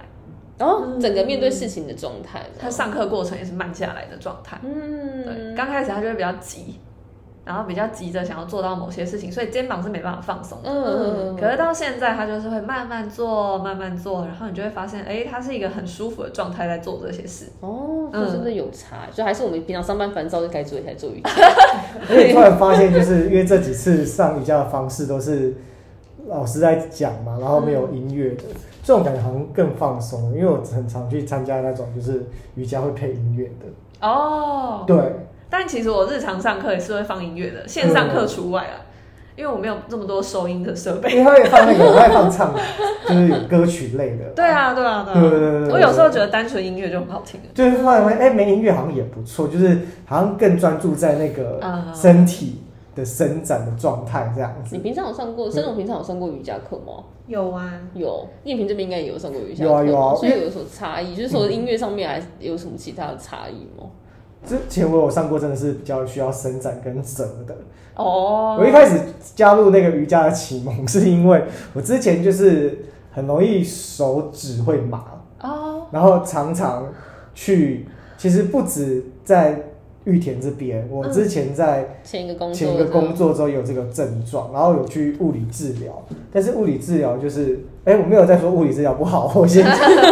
[SPEAKER 1] 然后整个面对事情的状态嘛，
[SPEAKER 3] 他上课过程也是慢下来的状态。
[SPEAKER 1] 嗯
[SPEAKER 3] 对，刚开始他就会比较急，然后比较急着想要做到某些事情，所以肩膀是没办法放松的。
[SPEAKER 1] 嗯，
[SPEAKER 3] 可是到现在，他就是会慢慢做，慢慢做，然后你就会发现，哎、他是一个很舒服的状态在做这些事。
[SPEAKER 1] 哦，
[SPEAKER 3] 嗯
[SPEAKER 1] 这真的有差，就还是我们平常上班烦躁就该做一下做瑜伽，
[SPEAKER 2] 而且突然发现，就是因为这几次上瑜伽的方式都是老师在讲嘛，然后没有音乐的，
[SPEAKER 3] 嗯
[SPEAKER 2] 这种感觉好像更放松。因为我很常去参加那种就是瑜伽会配音乐的，
[SPEAKER 3] 哦，
[SPEAKER 2] 对，
[SPEAKER 3] 但其实我日常上课也是会放音乐的，线上课除外啊，因为我没有这么多收音的设备。
[SPEAKER 2] 因为他会放那个，他会放唱，就是有歌曲类的。
[SPEAKER 3] 对啊，对啊，
[SPEAKER 2] 对对
[SPEAKER 3] 啊
[SPEAKER 2] 对对！对
[SPEAKER 3] 我有时候觉得单纯音乐就很好听了。
[SPEAKER 2] 就是突然发现，哎、没音乐好像也不错，就是好像更专注在那个
[SPEAKER 3] 啊
[SPEAKER 2] 身体的伸展的状态这样
[SPEAKER 1] 你
[SPEAKER 2] 子。
[SPEAKER 1] 平常有上
[SPEAKER 3] 嗯
[SPEAKER 1] 过，甚至我平常有上过瑜伽课吗？
[SPEAKER 3] 有啊，
[SPEAKER 1] 有，燕平这边应该也有上过瑜伽课
[SPEAKER 2] 有
[SPEAKER 1] 嘛，
[SPEAKER 2] 啊有啊
[SPEAKER 1] 所以有所差异，就是说音乐上面还有什么其他的差异吗？
[SPEAKER 2] 之前我有上过，真的是比较需要伸展跟折的。
[SPEAKER 3] 哦，
[SPEAKER 2] 我一开始加入那个瑜伽的启蒙，是因为我之前就是很容易手指会麻，
[SPEAKER 3] 哦，
[SPEAKER 2] 然后常常去，其实不止在玉田这边，我之前在
[SPEAKER 1] 前一个工作，
[SPEAKER 2] 前一个工，作之后有这个症状，然后有去物理治疗，但是物理治疗就是，哎、我没有在说物理治疗不好，我先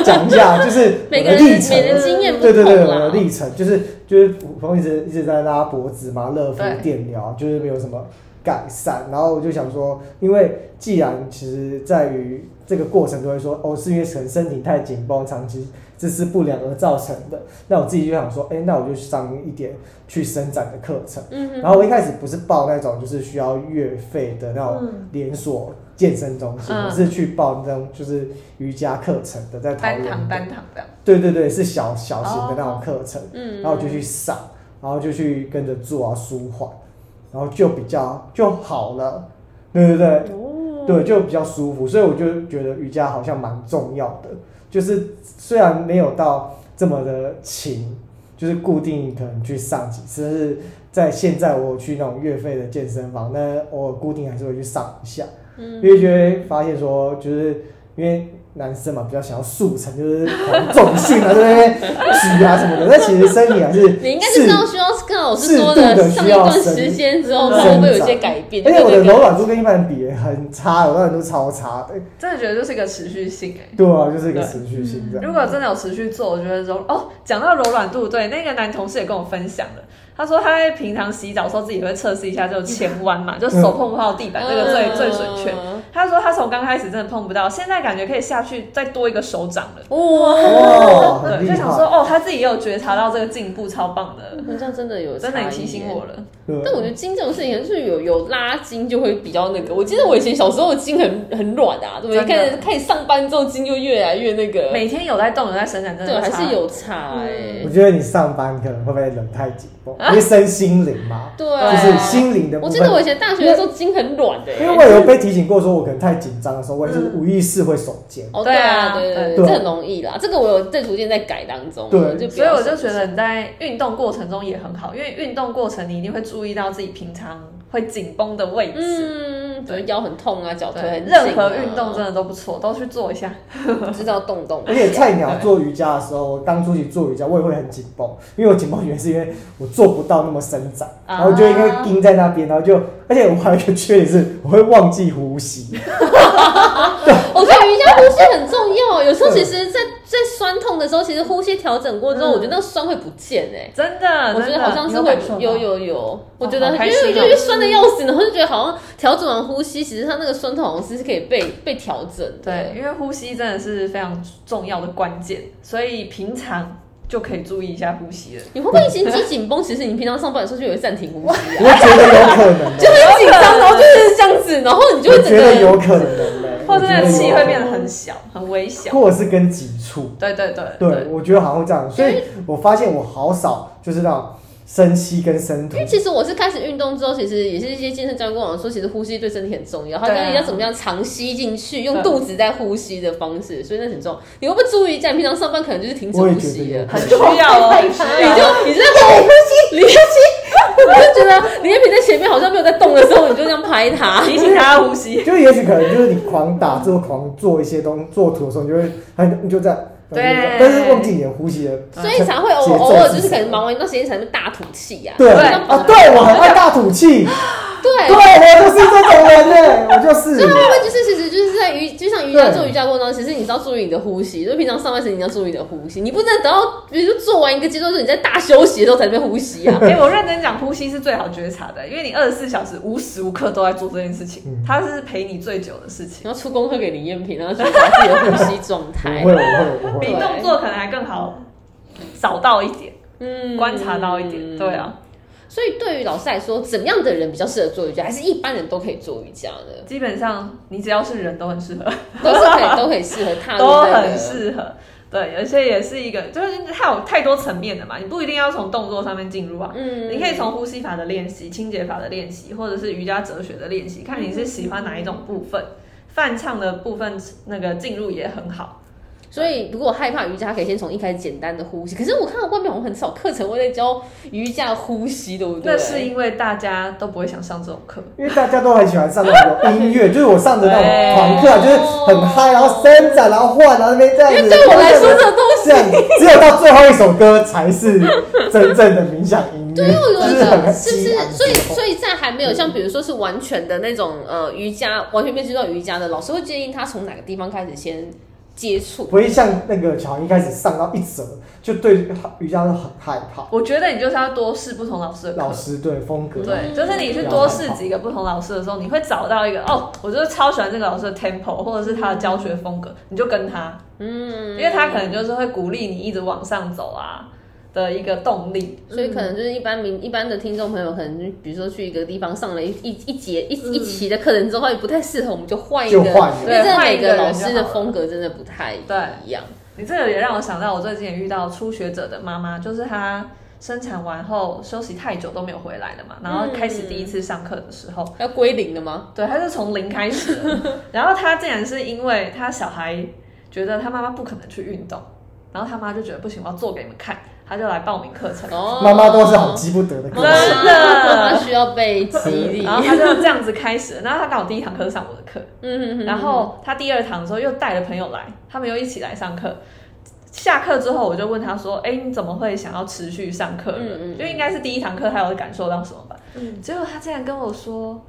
[SPEAKER 2] 讲一下，就是我
[SPEAKER 1] 每个
[SPEAKER 2] 的
[SPEAKER 1] 人
[SPEAKER 2] 历
[SPEAKER 1] 每个
[SPEAKER 2] 程。
[SPEAKER 1] 人经验不
[SPEAKER 2] 对
[SPEAKER 1] 同
[SPEAKER 2] 对
[SPEAKER 1] 啦。
[SPEAKER 2] 对，我
[SPEAKER 3] 啊
[SPEAKER 2] 的历程就是就是普通一直一直在拉脖子嘛，热敷
[SPEAKER 3] 对
[SPEAKER 2] 电疗，就是没有什么改善。然后我就想说，因为既然其实在于这个过程都会说，哦，是因为可能身体太紧绷，长期姿势不良而造成的。那我自己就想说，哎、那我就上一点去伸展的课程。
[SPEAKER 1] 嗯哼，
[SPEAKER 2] 然后我一开始不是报那种就是需要月费的那种连锁健身中心，
[SPEAKER 3] 嗯
[SPEAKER 2] 我是去报那种就是瑜伽课程的，在桃
[SPEAKER 3] 单
[SPEAKER 2] 园
[SPEAKER 3] 堂
[SPEAKER 2] 的
[SPEAKER 3] 单堂这样。
[SPEAKER 2] 对对对，是小小型的那种课程，
[SPEAKER 1] 嗯
[SPEAKER 2] 然后我就去上，然后就去跟着做啊，舒缓，然后就比较就好了，对对对，对就比较舒服，所以我就觉得瑜伽好像蛮重要的，就是虽然没有到这么的勤，就是固定可能去上几次，但是在现在我有去那种月费的健身房，那偶尔固定还是会去上一下，
[SPEAKER 1] 嗯
[SPEAKER 2] 因为就会发现说，就是因为男生嘛比较想要速成，就是狂重训啊，对不对？举啊什么的，那其实身体还是
[SPEAKER 1] 你应该是知道需要跟老师说
[SPEAKER 2] 适度地
[SPEAKER 1] 上
[SPEAKER 2] 需
[SPEAKER 1] 一
[SPEAKER 2] 要
[SPEAKER 1] 段
[SPEAKER 2] 伸
[SPEAKER 1] 时间之后，
[SPEAKER 2] 伸
[SPEAKER 1] 才会有一些
[SPEAKER 2] 展
[SPEAKER 1] 改变。
[SPEAKER 2] 而且我
[SPEAKER 1] 对
[SPEAKER 2] 的
[SPEAKER 1] 对对
[SPEAKER 2] 柔软度跟一般人比很差，柔软度超差的。
[SPEAKER 3] 真的觉得就是一个持续性哎、
[SPEAKER 2] 对啊，就是一个持续性这
[SPEAKER 1] 嗯
[SPEAKER 2] 样。
[SPEAKER 3] 如果真的有持续做，我觉得柔哦，讲到柔软度，对那个男同事也跟我分享了，他说他在平常洗澡的时候自己会测试一下，就前弯嘛，就手碰不到地板，这个最最准确。
[SPEAKER 1] 嗯
[SPEAKER 3] 他说他从刚开始真的碰不到，现在感觉可以下去再多一个手掌了。
[SPEAKER 2] 哇，哦很
[SPEAKER 3] 对，
[SPEAKER 2] 厉
[SPEAKER 3] 就想说
[SPEAKER 2] 害。
[SPEAKER 3] 哦，他自己也有觉察到这个进步，超棒的，
[SPEAKER 1] 好像真的有，
[SPEAKER 3] 真的你提醒我。了。
[SPEAKER 1] 但我觉得
[SPEAKER 2] 对，
[SPEAKER 1] 筋这种事情，就是有有拉筋就会比较那个。我记得我以前小时候的筋很很软啊，对不对？
[SPEAKER 3] 真的
[SPEAKER 1] 开始开始上班之后，筋就越来越那个，
[SPEAKER 3] 每天有在动，有在伸展，真的
[SPEAKER 1] 对，还
[SPEAKER 3] 差
[SPEAKER 1] 是。有差哎、
[SPEAKER 2] 我觉得你上班可能会不会人太紧绷，因为身心灵嘛，
[SPEAKER 1] 对，
[SPEAKER 2] 就是心灵的部
[SPEAKER 1] 我
[SPEAKER 2] 分。
[SPEAKER 1] 记得我以前大学的时候筋很软的、
[SPEAKER 2] 因为我有被提醒过，说我可能太紧张的时候，我也是无意识会手肩。
[SPEAKER 1] 哦，
[SPEAKER 3] 对
[SPEAKER 1] 对
[SPEAKER 3] 啊
[SPEAKER 1] 啊，对对
[SPEAKER 2] 对
[SPEAKER 1] 对，这很容易啦。这个我有在逐渐在改当中，
[SPEAKER 2] 对
[SPEAKER 1] 就不
[SPEAKER 3] 所以
[SPEAKER 1] 要
[SPEAKER 3] 我就觉得你在运动过程中也很好，因为运动过程你一定会注意到自己平常会紧绷的位置。
[SPEAKER 1] 嗯，
[SPEAKER 3] 对
[SPEAKER 1] 对，腰很痛啊，脚
[SPEAKER 3] 对
[SPEAKER 1] 腿，很紧啊嗯
[SPEAKER 3] 任何运动真的都不错，都去做一下。
[SPEAKER 1] 知道动动一下，
[SPEAKER 2] 而且菜鸟做瑜伽的时候，我刚出去做瑜伽，我也会很紧绷，因为我紧绷原因是因为我做不到那么伸展，
[SPEAKER 3] 啊
[SPEAKER 2] 然后就因为盯在那边，然后就，而且我还有一个缺点是，我会忘记呼吸。
[SPEAKER 1] 我觉得瑜
[SPEAKER 3] *laughs*
[SPEAKER 1] 伽呼吸很重要，有时候其实在，在酸痛的时候，其实呼吸调整过之后，
[SPEAKER 3] 嗯
[SPEAKER 1] 我觉得那个酸会不见哎、
[SPEAKER 3] *laughs* 真的，
[SPEAKER 1] 我觉
[SPEAKER 3] 真
[SPEAKER 1] 得
[SPEAKER 3] 的
[SPEAKER 1] 好像是
[SPEAKER 3] 啊你
[SPEAKER 1] 会
[SPEAKER 3] 感受到
[SPEAKER 1] 有有有，我觉得
[SPEAKER 3] 好
[SPEAKER 1] 因
[SPEAKER 3] 开
[SPEAKER 1] 为
[SPEAKER 3] 心哦
[SPEAKER 1] 因为酸的要死，然后就觉得好像调整完呼吸，其实它那个酸痛好像是可以被被调整的。
[SPEAKER 3] 对，，因为呼吸真的是非常重要的关键，所以平常就可以注意一下呼吸了。
[SPEAKER 1] 你会不会心肌紧绷？其实你平常上班的时候就有暂停呼吸啊，
[SPEAKER 2] 我觉得有可能
[SPEAKER 1] 就
[SPEAKER 2] 的，
[SPEAKER 1] 很紧张，然后就是这样子，然后你 *laughs* 就
[SPEAKER 2] 我
[SPEAKER 1] 会整
[SPEAKER 2] 觉
[SPEAKER 1] 个
[SPEAKER 2] 得
[SPEAKER 1] 人
[SPEAKER 2] 有可能的，
[SPEAKER 3] 或者那个气会变
[SPEAKER 2] 得
[SPEAKER 3] 得很小，很微小。
[SPEAKER 2] 或者是跟急促。
[SPEAKER 3] 对对对
[SPEAKER 2] 对，我觉得好像会这样，所以我发现我好少就是那种深吸跟深吐
[SPEAKER 1] 因为。其实我是开始运动之后，其实也是一些健身教练跟我说，其实呼吸对身体很重要。他
[SPEAKER 3] 对啊
[SPEAKER 1] 教你要怎么样长吸进去，
[SPEAKER 3] 对
[SPEAKER 1] 用
[SPEAKER 2] 啊
[SPEAKER 1] 肚子在呼吸的方式，所以那很重要。你会不会注意一下？你平常上班可能就是停止
[SPEAKER 2] 我也
[SPEAKER 1] 呼
[SPEAKER 2] 觉得
[SPEAKER 1] 吸
[SPEAKER 2] 有
[SPEAKER 1] 了，
[SPEAKER 3] 很需要哦，很需 *laughs*
[SPEAKER 1] 你
[SPEAKER 3] 要。
[SPEAKER 1] 就 *laughs* 你就在呼吸，你呼吸，我就觉得李彦平在前面好像没有在动的时候，你就这样拍
[SPEAKER 2] *laughs*
[SPEAKER 1] 他。
[SPEAKER 3] 提醒他呼吸。 *laughs*
[SPEAKER 2] 就也许可能就是你狂打字、狂做一些东做图的时候，你就会很你就这样，
[SPEAKER 3] 对
[SPEAKER 2] 但是忘记你的呼吸了，
[SPEAKER 1] 所以才会偶
[SPEAKER 2] 节奏
[SPEAKER 1] 偶尔就是
[SPEAKER 2] 什
[SPEAKER 1] 可
[SPEAKER 2] 么
[SPEAKER 1] 能忙完一段时间才会大吐气呀、
[SPEAKER 2] 对
[SPEAKER 3] 对
[SPEAKER 2] 啊，对我很爱大吐气。
[SPEAKER 1] 对，
[SPEAKER 2] 对，我就是这种人呢，我就是
[SPEAKER 1] 所以。会不会就是其实就是在瑜，就像瑜伽做瑜伽过程中，其实你知道注意你的呼吸，就平常上半身你要注意你的呼吸，你不能等到比如说做完一个阶段之后，你在大休息的时候才在那边呼吸啊。 *laughs*
[SPEAKER 3] 哎、我认真讲，呼吸是最好觉察的，因为你二十四小时无时无刻都在做这件事情，它是陪你最久的事情，
[SPEAKER 1] 你要出功课给林彦平，然啊后去查自己的呼吸状
[SPEAKER 2] 我
[SPEAKER 1] 态 *laughs*
[SPEAKER 2] 会，。我会，我
[SPEAKER 3] 比
[SPEAKER 2] 会。
[SPEAKER 3] 动作可能还更好找到一点，
[SPEAKER 1] 嗯
[SPEAKER 3] 观察到一点。对。啊，
[SPEAKER 1] 所以对于老师来说，怎么样的人比较适合做瑜伽？还是一般人都可以做瑜伽的，
[SPEAKER 3] 基本上你只要是人都很适合，
[SPEAKER 1] 都是可以，都可以适合踏入
[SPEAKER 3] *laughs* 都
[SPEAKER 1] 这个
[SPEAKER 3] 很适合。对，而且也是一个，就是它有太多层面的嘛，你不一定要从动作上面进入啊，
[SPEAKER 1] 嗯
[SPEAKER 3] 你可以从呼吸法的练习、清洁法的练习，或者是瑜伽哲学的练习，看你是喜欢哪一种部分。泛唱的部分那个进入也很好，
[SPEAKER 1] 所以，如果害怕瑜伽，可以先从一开始简单的呼吸。可是我看到外面好像很少课程会在教瑜伽呼吸，对不对？
[SPEAKER 3] 那是因为大家都不会想上这种课。
[SPEAKER 2] 因为大家都很喜欢上那种音乐，就是我上的那种团课啊，就
[SPEAKER 1] 对
[SPEAKER 2] 是很嗨，然后伸展，然后换，然后那边这样
[SPEAKER 1] 因为
[SPEAKER 2] 子。
[SPEAKER 1] 对我来说，这个东
[SPEAKER 2] 这样
[SPEAKER 1] 西，
[SPEAKER 2] 只有到最后一首歌才是真正的冥想音乐，
[SPEAKER 1] 对，因为我
[SPEAKER 2] 就
[SPEAKER 1] 觉
[SPEAKER 2] 是
[SPEAKER 1] 得
[SPEAKER 2] 很
[SPEAKER 1] 是不是
[SPEAKER 2] 激昂？
[SPEAKER 1] 所以，
[SPEAKER 2] 之后
[SPEAKER 1] 所以在还没有像比如说是完全的那种呃瑜伽，完全面接触到瑜伽的，老师会建议他从哪个地方开始先接触？
[SPEAKER 2] 不会像那个乔一开始上到一折，就对瑜伽都很害怕。
[SPEAKER 3] 我觉得你就是要多试不同老师的课，
[SPEAKER 2] 老师对风格，
[SPEAKER 3] 对，就是你去多试几个不同老师的时候，你会找到一个哦，我就是超喜欢这个老师的 tempo，或者是他的教学风格，你就跟他，
[SPEAKER 1] 嗯
[SPEAKER 3] 因为他可能就是会鼓励你一直往上走啊的一个动力。
[SPEAKER 1] 所以可能就是一般民一般的听众朋友，可能比如说去一个地方上了一一一节一一期的课程之后，也不太适合，我们就换一个，
[SPEAKER 2] 嗯就换一
[SPEAKER 1] 因为
[SPEAKER 2] 个
[SPEAKER 1] 真的
[SPEAKER 3] 对换
[SPEAKER 1] 每
[SPEAKER 3] 一个人
[SPEAKER 1] 个老
[SPEAKER 3] 就
[SPEAKER 1] 师
[SPEAKER 3] 好
[SPEAKER 1] 的
[SPEAKER 3] 了
[SPEAKER 1] 风格真的不太一样。
[SPEAKER 3] 你这个也让我想到，我最近也遇到初学者的妈妈，就是她生产完后休息太久都没有回来的嘛，然后开始第一次上课的时候，
[SPEAKER 1] 要归零了吗？
[SPEAKER 3] 对，她就从零开始的， *laughs* 然后她竟然是因为她小孩觉得她妈妈不可能去运动，然后她妈就觉得不行，我要做给你们看，她就来报名课程。
[SPEAKER 1] 哦，
[SPEAKER 2] 妈妈都是好积不得的
[SPEAKER 1] 妈
[SPEAKER 2] 个
[SPEAKER 1] 妈，
[SPEAKER 2] 性，
[SPEAKER 3] 真的
[SPEAKER 1] 妈妈需要被激
[SPEAKER 2] *laughs*
[SPEAKER 1] 励。
[SPEAKER 3] 然后他就这样子开始了，然后他刚好第一堂课上我的课，
[SPEAKER 1] 嗯
[SPEAKER 3] 然后他第二堂的时候又带了朋友来，他们又一起来上课。下课之后，我就问他说：“哎、你怎么会想要持续上课呢？
[SPEAKER 1] 嗯嗯嗯嗯
[SPEAKER 3] 就应该是第一堂课他有感受到什么吧。结果他竟然跟我说，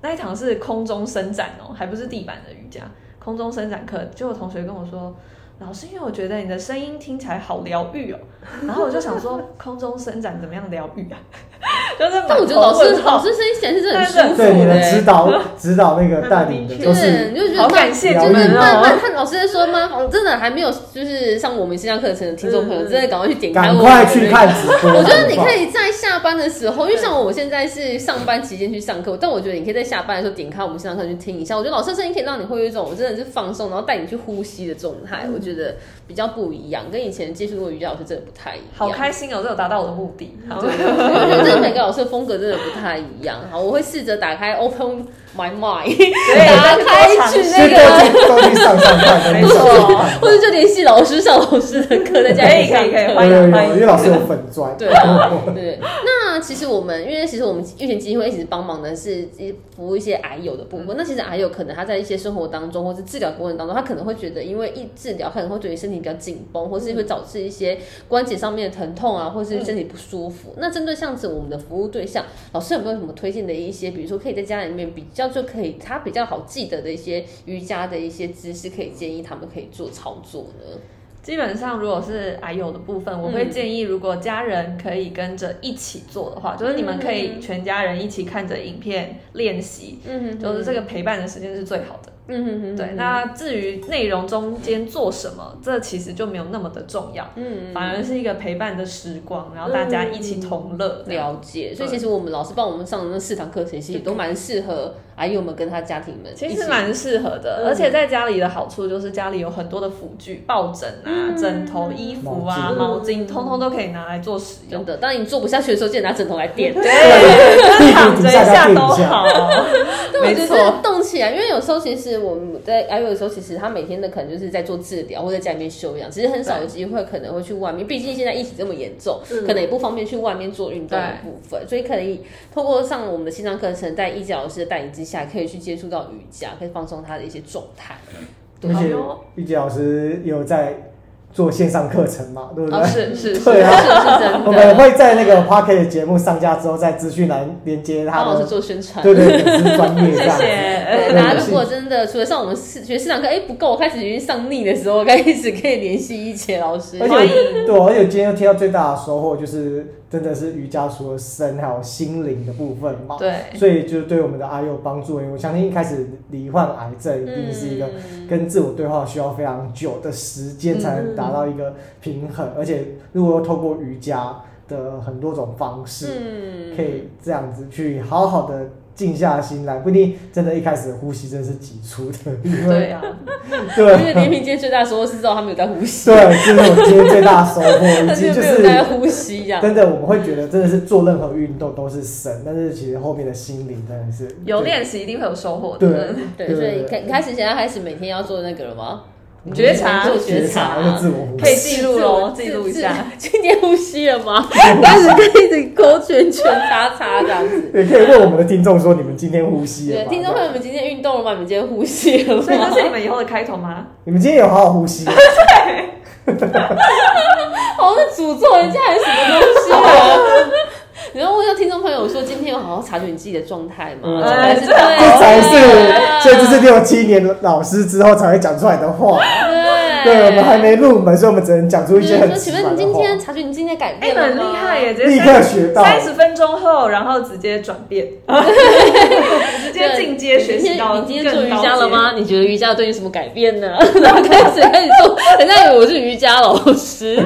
[SPEAKER 3] 那一堂是空中伸展哦，还不是地板的瑜伽，空中伸展课。就有同学跟我说，老师，因为我觉得你的声音听起来好疗愈哦，
[SPEAKER 1] *laughs*
[SPEAKER 3] 然后我就想说，空中伸展怎么样疗愈啊？就是
[SPEAKER 1] 但我觉得老
[SPEAKER 3] 满头
[SPEAKER 1] 师
[SPEAKER 3] 问号
[SPEAKER 1] 老师声音显然是很舒服
[SPEAKER 2] 对你
[SPEAKER 1] 的
[SPEAKER 2] 的指
[SPEAKER 1] 欸。
[SPEAKER 2] 导指导那个带领的
[SPEAKER 3] 对
[SPEAKER 2] 都
[SPEAKER 1] 就是，
[SPEAKER 2] 是
[SPEAKER 1] 你就觉得
[SPEAKER 3] 好
[SPEAKER 1] 慢
[SPEAKER 3] 感谢
[SPEAKER 1] 就
[SPEAKER 2] 你
[SPEAKER 1] 是
[SPEAKER 2] 们哦
[SPEAKER 1] 慢慢看老师在说吗？哦真的还没有，就是上我们线上课程的听众朋友，
[SPEAKER 3] 嗯
[SPEAKER 1] 真的赶快去点开我
[SPEAKER 2] 赶
[SPEAKER 1] 们
[SPEAKER 2] 快
[SPEAKER 1] 的
[SPEAKER 2] 去
[SPEAKER 1] 那个
[SPEAKER 2] 看直播。
[SPEAKER 1] 我觉得你
[SPEAKER 2] 好不好
[SPEAKER 1] 可以在下班的时候，因为像我现在是上班期间去上课，但我觉得你可以在下班的时候点开我们线上课去听一下。我觉得老师的声音可以让你会有一种我真的是放松，然后带你去呼吸的状态，
[SPEAKER 2] 嗯
[SPEAKER 1] 我觉得比较不一样，跟以前接触过瑜伽老师真的不太一样。
[SPEAKER 3] 好
[SPEAKER 1] *laughs*
[SPEAKER 3] 开心哦，这有达到我的目的。好
[SPEAKER 1] 对，我觉得真的每个老师的风格真的不太一样。好，我会试着打开 Open My Mind，
[SPEAKER 3] 对
[SPEAKER 1] 打开去那个，
[SPEAKER 2] 所以都去都去上上看，都
[SPEAKER 3] 没
[SPEAKER 2] 去上上
[SPEAKER 3] 错
[SPEAKER 2] 看。，
[SPEAKER 1] *laughs* 或者就联系老师上老师的课，在家
[SPEAKER 3] 可
[SPEAKER 1] 里
[SPEAKER 3] 以
[SPEAKER 1] 上
[SPEAKER 3] 可以可以，
[SPEAKER 2] 有
[SPEAKER 3] 欢
[SPEAKER 2] 有
[SPEAKER 3] 迎
[SPEAKER 2] 有
[SPEAKER 3] 欢
[SPEAKER 2] 因为
[SPEAKER 3] 迎。
[SPEAKER 2] 老师有粉砖， *laughs*
[SPEAKER 1] 对啊，对。那其实我们，因为其实我们育贤基金会一直帮忙的是服务一些癌友的部分。那其实癌友可能他在一些生活当中，或是治疗过程当中，他可能会觉得，因为一治疗可能会对于身体比较紧绷，或是会导致一些关节上面的疼痛啊，或是身体不舒服。那针对像子我们的服务对象，老师有没有什么推荐的一些，比如说可以在家里面比较就可以他比较好记得的一些瑜伽的一些姿势，可以建议他们可以做操作呢？
[SPEAKER 3] *laughs* 基本上，如果是癌友的部分，我
[SPEAKER 1] 嗯
[SPEAKER 3] 会建议，如果家人可以跟着一起做的话，就是你们可以全家人一起看着影片练习，
[SPEAKER 1] 嗯
[SPEAKER 3] 就是这个陪伴的时间是最好的。
[SPEAKER 1] 嗯哼哼，
[SPEAKER 3] 对，那至于内容中间做什么，这其实就没有那么的重要，
[SPEAKER 1] 嗯
[SPEAKER 3] 反而是一个陪伴的时光，然后大家一起同乐这样。
[SPEAKER 1] 了解，所以
[SPEAKER 3] 对
[SPEAKER 1] 其实我们老师帮我们上的那四堂课程，其实也都蛮适合阿姨我们跟她家庭们一起。
[SPEAKER 3] 其实蛮适合的，
[SPEAKER 1] 嗯
[SPEAKER 3] 而且在家里的好处就是家里有很多的辅具，抱枕啊、枕头、衣服啊、
[SPEAKER 1] 嗯毛
[SPEAKER 3] 毛
[SPEAKER 1] 巾嗯
[SPEAKER 3] 巾，通通都可以拿来做使用
[SPEAKER 1] 真。的，当你做不下去的时候，记得拿枕头来垫。对，
[SPEAKER 2] 屁
[SPEAKER 3] 躺
[SPEAKER 2] 股
[SPEAKER 3] 着
[SPEAKER 2] 底
[SPEAKER 3] 一
[SPEAKER 2] 下
[SPEAKER 3] 下
[SPEAKER 2] 要垫
[SPEAKER 3] 都
[SPEAKER 2] 一下。
[SPEAKER 3] 好，没
[SPEAKER 1] 就
[SPEAKER 3] 错
[SPEAKER 1] 是。动起来，因为有时候其实我们在阿姨的时候，其实她每天的可能就是在做治疗或者在家里面休养，其实很少有机会可能会去外面，毕竟现在疫情这么严重，可能也不方便去外面做运动的
[SPEAKER 3] 嗯对
[SPEAKER 1] 部分，所以可以透过上我们的线上课程，在易教老师的带领之下，可以去接触到瑜伽，可以放松她的一些状态。
[SPEAKER 2] 而且
[SPEAKER 3] 好哟
[SPEAKER 2] 玉洁老师有在做线上课程嘛，对不对？
[SPEAKER 1] 哦，是是是，
[SPEAKER 2] 对啊
[SPEAKER 1] 是是
[SPEAKER 2] *laughs* 我
[SPEAKER 1] 真
[SPEAKER 2] 们
[SPEAKER 1] 的。
[SPEAKER 2] 会在那个 p o c k e t 节目上架之后，在资讯栏连接
[SPEAKER 1] 帮
[SPEAKER 2] 他
[SPEAKER 1] 老师
[SPEAKER 2] 的，
[SPEAKER 1] 做宣传。
[SPEAKER 2] 对对
[SPEAKER 1] *laughs*
[SPEAKER 2] 对，粉丝专业这
[SPEAKER 3] 谢
[SPEAKER 2] 样子。
[SPEAKER 3] 谢。
[SPEAKER 1] 对大家如果真的除了上我们四学市场课，哎、不够，开始已经上腻的时候，开始可以联系一切老师。
[SPEAKER 2] 而且
[SPEAKER 3] 欢
[SPEAKER 2] 我对，而且今天听到最大的收获就是，真的是瑜伽除了身还有心灵的部分嘛。
[SPEAKER 3] *laughs* 对，
[SPEAKER 2] 所以就是对我们的癌有帮助，因为我相信一开始罹患癌症一
[SPEAKER 1] 嗯
[SPEAKER 2] 定是一个跟自我对话需要非常久的时间才能达
[SPEAKER 1] 嗯
[SPEAKER 2] 到一个平衡，而且如果透过瑜伽的很多种方式，
[SPEAKER 1] 嗯
[SPEAKER 2] 可以这样子去好好的静下心来，不一定真的一开始呼吸真是急促的，
[SPEAKER 1] *laughs*
[SPEAKER 2] 因
[SPEAKER 3] 对
[SPEAKER 2] 为
[SPEAKER 3] 啊，
[SPEAKER 2] 对
[SPEAKER 1] 嗯因为连平今天最大的收获是知道他们有在呼吸，
[SPEAKER 2] 对，这是我今天最大的收获，
[SPEAKER 1] *laughs* 他
[SPEAKER 2] 以及
[SPEAKER 1] 就
[SPEAKER 2] 就
[SPEAKER 1] 没有
[SPEAKER 2] 是
[SPEAKER 1] 在呼吸这样。
[SPEAKER 2] 真的我们会觉得真的是做任何运动都是神，但是其实后面的心灵真的是
[SPEAKER 3] 有练习一定会有收获
[SPEAKER 2] 对
[SPEAKER 3] 的。嗯
[SPEAKER 1] 对，
[SPEAKER 2] 对
[SPEAKER 1] 所以
[SPEAKER 2] 对
[SPEAKER 1] 开你开始现在开始每天要做那个了吗？
[SPEAKER 3] 觉察
[SPEAKER 1] 做
[SPEAKER 2] 觉
[SPEAKER 1] 觉
[SPEAKER 2] 察
[SPEAKER 1] *laughs* 察，
[SPEAKER 2] 又自我呼
[SPEAKER 3] 可以
[SPEAKER 2] 吸。
[SPEAKER 3] 记录喽，记录一下。
[SPEAKER 1] 自。自 *laughs* 今天呼吸了吗？开始可以一直勾圈圈叉叉这样子。
[SPEAKER 2] 也可以问我们的听众说，你们今天呼吸了
[SPEAKER 1] 对，
[SPEAKER 2] 吗？
[SPEAKER 1] 听众朋友们，今天运动了吗？你们今天呼吸了
[SPEAKER 3] 所以这
[SPEAKER 1] 吗？
[SPEAKER 3] 是你们以后的开头吗？
[SPEAKER 2] 你们今天有好好呼
[SPEAKER 1] *laughs*
[SPEAKER 2] 吸吗？
[SPEAKER 1] 好像诅咒人家还是什么东西啊？ *laughs* 你要问一下听众朋友说，今天有好好察觉你自己的状态吗
[SPEAKER 2] 嗯？
[SPEAKER 1] 还是
[SPEAKER 3] 哎这
[SPEAKER 1] 对啊
[SPEAKER 2] 这才是，所以这是
[SPEAKER 1] 对啊
[SPEAKER 2] 六七年的老师之后才会讲出来的话。对，我们还没入门，所以我们只能讲出一些
[SPEAKER 1] 对
[SPEAKER 2] 很
[SPEAKER 1] 说，
[SPEAKER 2] 奇
[SPEAKER 1] 请
[SPEAKER 2] 怪的
[SPEAKER 1] 问
[SPEAKER 2] 话。
[SPEAKER 1] 你今天察觉你今天的改
[SPEAKER 3] 哎，
[SPEAKER 1] 变
[SPEAKER 3] 你
[SPEAKER 1] 了
[SPEAKER 3] 很
[SPEAKER 1] 吗
[SPEAKER 3] 厉害耶，！直
[SPEAKER 2] 立
[SPEAKER 3] 接
[SPEAKER 2] 刻学到，
[SPEAKER 3] 三十分钟后，然后直接转变，直接进阶学习到
[SPEAKER 1] 你今天做
[SPEAKER 3] 更
[SPEAKER 1] 瑜
[SPEAKER 3] 高
[SPEAKER 1] 伽了
[SPEAKER 3] 阶？
[SPEAKER 1] 吗？你觉得瑜伽对你有什么改变 *laughs* 呢？然后开始开始做，人家以为我是瑜伽老师。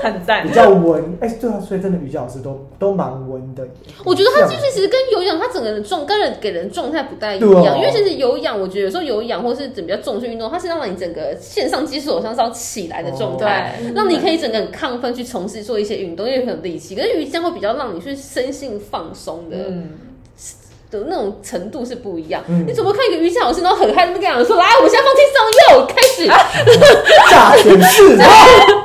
[SPEAKER 3] 很赞
[SPEAKER 2] 比。较温。哎、对啊，所以真的瑜伽老师都都蛮温的。
[SPEAKER 1] 我觉得他
[SPEAKER 2] 这
[SPEAKER 1] 就
[SPEAKER 2] 样
[SPEAKER 1] 是其实跟有氧，他整个人状跟人给人状态不太一
[SPEAKER 2] 对哦
[SPEAKER 1] 样，因为其实有氧，我觉得有时候有氧或是怎么比较重训运动，它是让你整个线上基础好像是要起来的状态，
[SPEAKER 3] 对
[SPEAKER 1] 让你可以整个很亢奋去从事做一些运动，因为很有力气。可是瑜伽会比较让你去身心放松的。
[SPEAKER 3] 嗯，
[SPEAKER 1] 的那种程度是不一样。
[SPEAKER 2] 嗯
[SPEAKER 1] 你怎么看一个瑜伽老师，然后很嗨那么跟他讲说，来，我们现在放轻松，又开
[SPEAKER 2] *laughs*
[SPEAKER 1] 始，
[SPEAKER 2] 大显
[SPEAKER 1] *laughs*
[SPEAKER 2] 示的，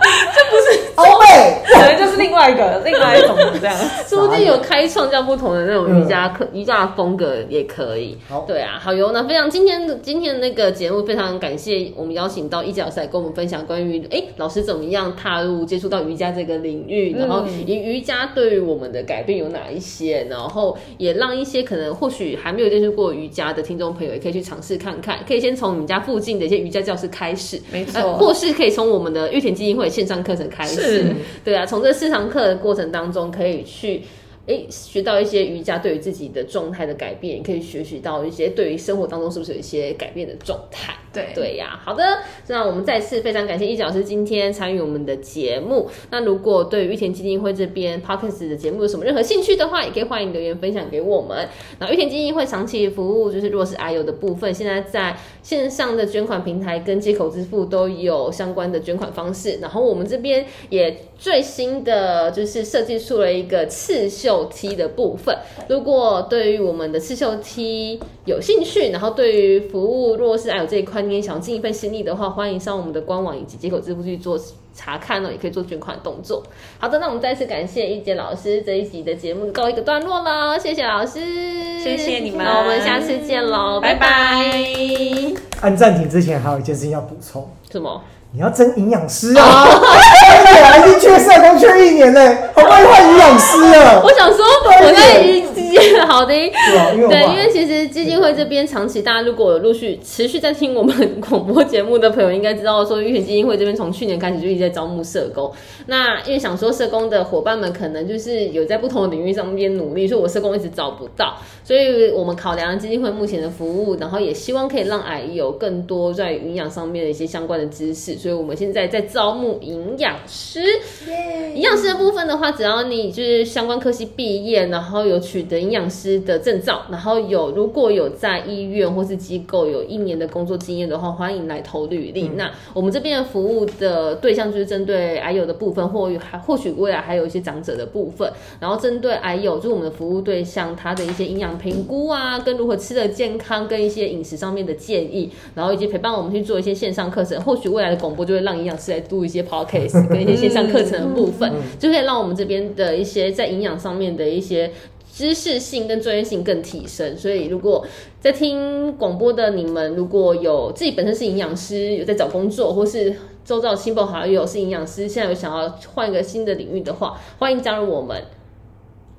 [SPEAKER 2] 这不是欧美。
[SPEAKER 3] 可能就是另外一个另外一种这样。
[SPEAKER 1] *laughs* 说不定有开创这样不同的那种瑜伽课、瑜伽的风格也可以。
[SPEAKER 2] 好，
[SPEAKER 1] 对啊，好哟！那非常今天的今天的那个节目，非常感谢我们邀请到一角师来跟我们分享关于哎老师怎么样踏入接触到瑜伽这个领域，
[SPEAKER 3] 嗯
[SPEAKER 1] 然后以瑜伽对于我们的改变有哪一些，然后也让一些可能或许还没有接触过瑜伽的听众朋友也可以去尝试看看，可以先从你们家附近的一些瑜伽教室开始，
[SPEAKER 3] *laughs* 没
[SPEAKER 1] 呃，
[SPEAKER 3] 错，
[SPEAKER 1] 或是可以从我们的玉田基金会线上课程开始
[SPEAKER 3] 是，
[SPEAKER 1] 对啊，从这四堂课的过程当中，可以去诶学到一些瑜伽对于自己的状态的改变，也可以学习到一些对于生活当中是不是有一些改变的状态。
[SPEAKER 3] 对
[SPEAKER 1] 对呀、好的，那我们再次非常感谢易老师今天参与我们的节目。那如果对于玉田基金会这边 podcast 的节目有什么任何兴趣的话，也可以欢迎留言分享给我们。那玉田基金会长期服务就是弱势 I U 的部分，现在在线上的捐款平台跟接口支付都有相关的捐款方式。然后我们这边也最新的就是设计出了一个刺绣 T 的部分。如果对于我们的刺绣 T 有兴趣，然后对于服务弱势爱有这一块，你也想尽一份心力的话，欢迎上我们的官网以及接口支付去做查看哦，也可以做捐款的动作。好的，那我们再次感谢一杰老师这一集的节目告一个段落喽，谢谢老师，
[SPEAKER 3] 谢谢你们
[SPEAKER 1] 那我们下次见喽，
[SPEAKER 3] 拜拜
[SPEAKER 2] 按暂停之前还有一件事情要补充，
[SPEAKER 1] 什么？
[SPEAKER 2] 你要争营养师啊！而且还是缺社工缺一年嘞，好不容易换营养师了
[SPEAKER 1] 我，想说，我在一好的。
[SPEAKER 2] 对吧？因为我
[SPEAKER 1] 对，
[SPEAKER 2] 们
[SPEAKER 1] 因为其实基金会这边长期，大家如果有陆续持续在听我们广播节目的朋友，应该知道说，育田基金会这边从去年开始就一直在招募社工。那因为想说社工的伙伴们可能就是有在不同的领域上面努力，所以我社工一直找不到，所以我们考量了基金会目前的服务，然后也希望可以让阿姨有更多在营养上面的一些相关的知识，所以我们现在在招募营养师。营养师的部分的话，只要你就是相关科系毕业，然后有取得营养师的证照，然后有如果有在医院或是机构有一年的工作经验的话，欢迎来投履历。那我们这边的服务的对象就是针对癌友的部分，或还或许未来还有一些长者的部分。然后针对癌友，就是我们的服务对象，他的一些营养评估啊，跟如何吃的健康，跟一些饮食上面的建议，然后以及陪伴我们去做一些线上课程。或许未来的广播就会让营养师来录一些嗯 podcast 跟一些线上课程的部分，就可以让我们这边的一些在营养上面的一些。知识性跟专业性更提升。所以，如果在听广播的你们，如果有自己本身是营养师，有在找工作，或是周遭亲朋好友是营养师，现在有想要换一个新的领域的话，欢迎加入我 *laughs* 们。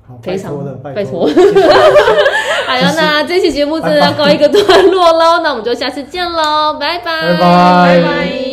[SPEAKER 2] 好，
[SPEAKER 1] 非
[SPEAKER 2] 拜
[SPEAKER 1] 常
[SPEAKER 2] 托了，
[SPEAKER 1] 拜托
[SPEAKER 2] 托了，谢谢
[SPEAKER 1] 好了，那这期节目真的要告一个段落喽，那我们就下次见喽，拜拜，
[SPEAKER 2] 拜拜
[SPEAKER 3] 拜拜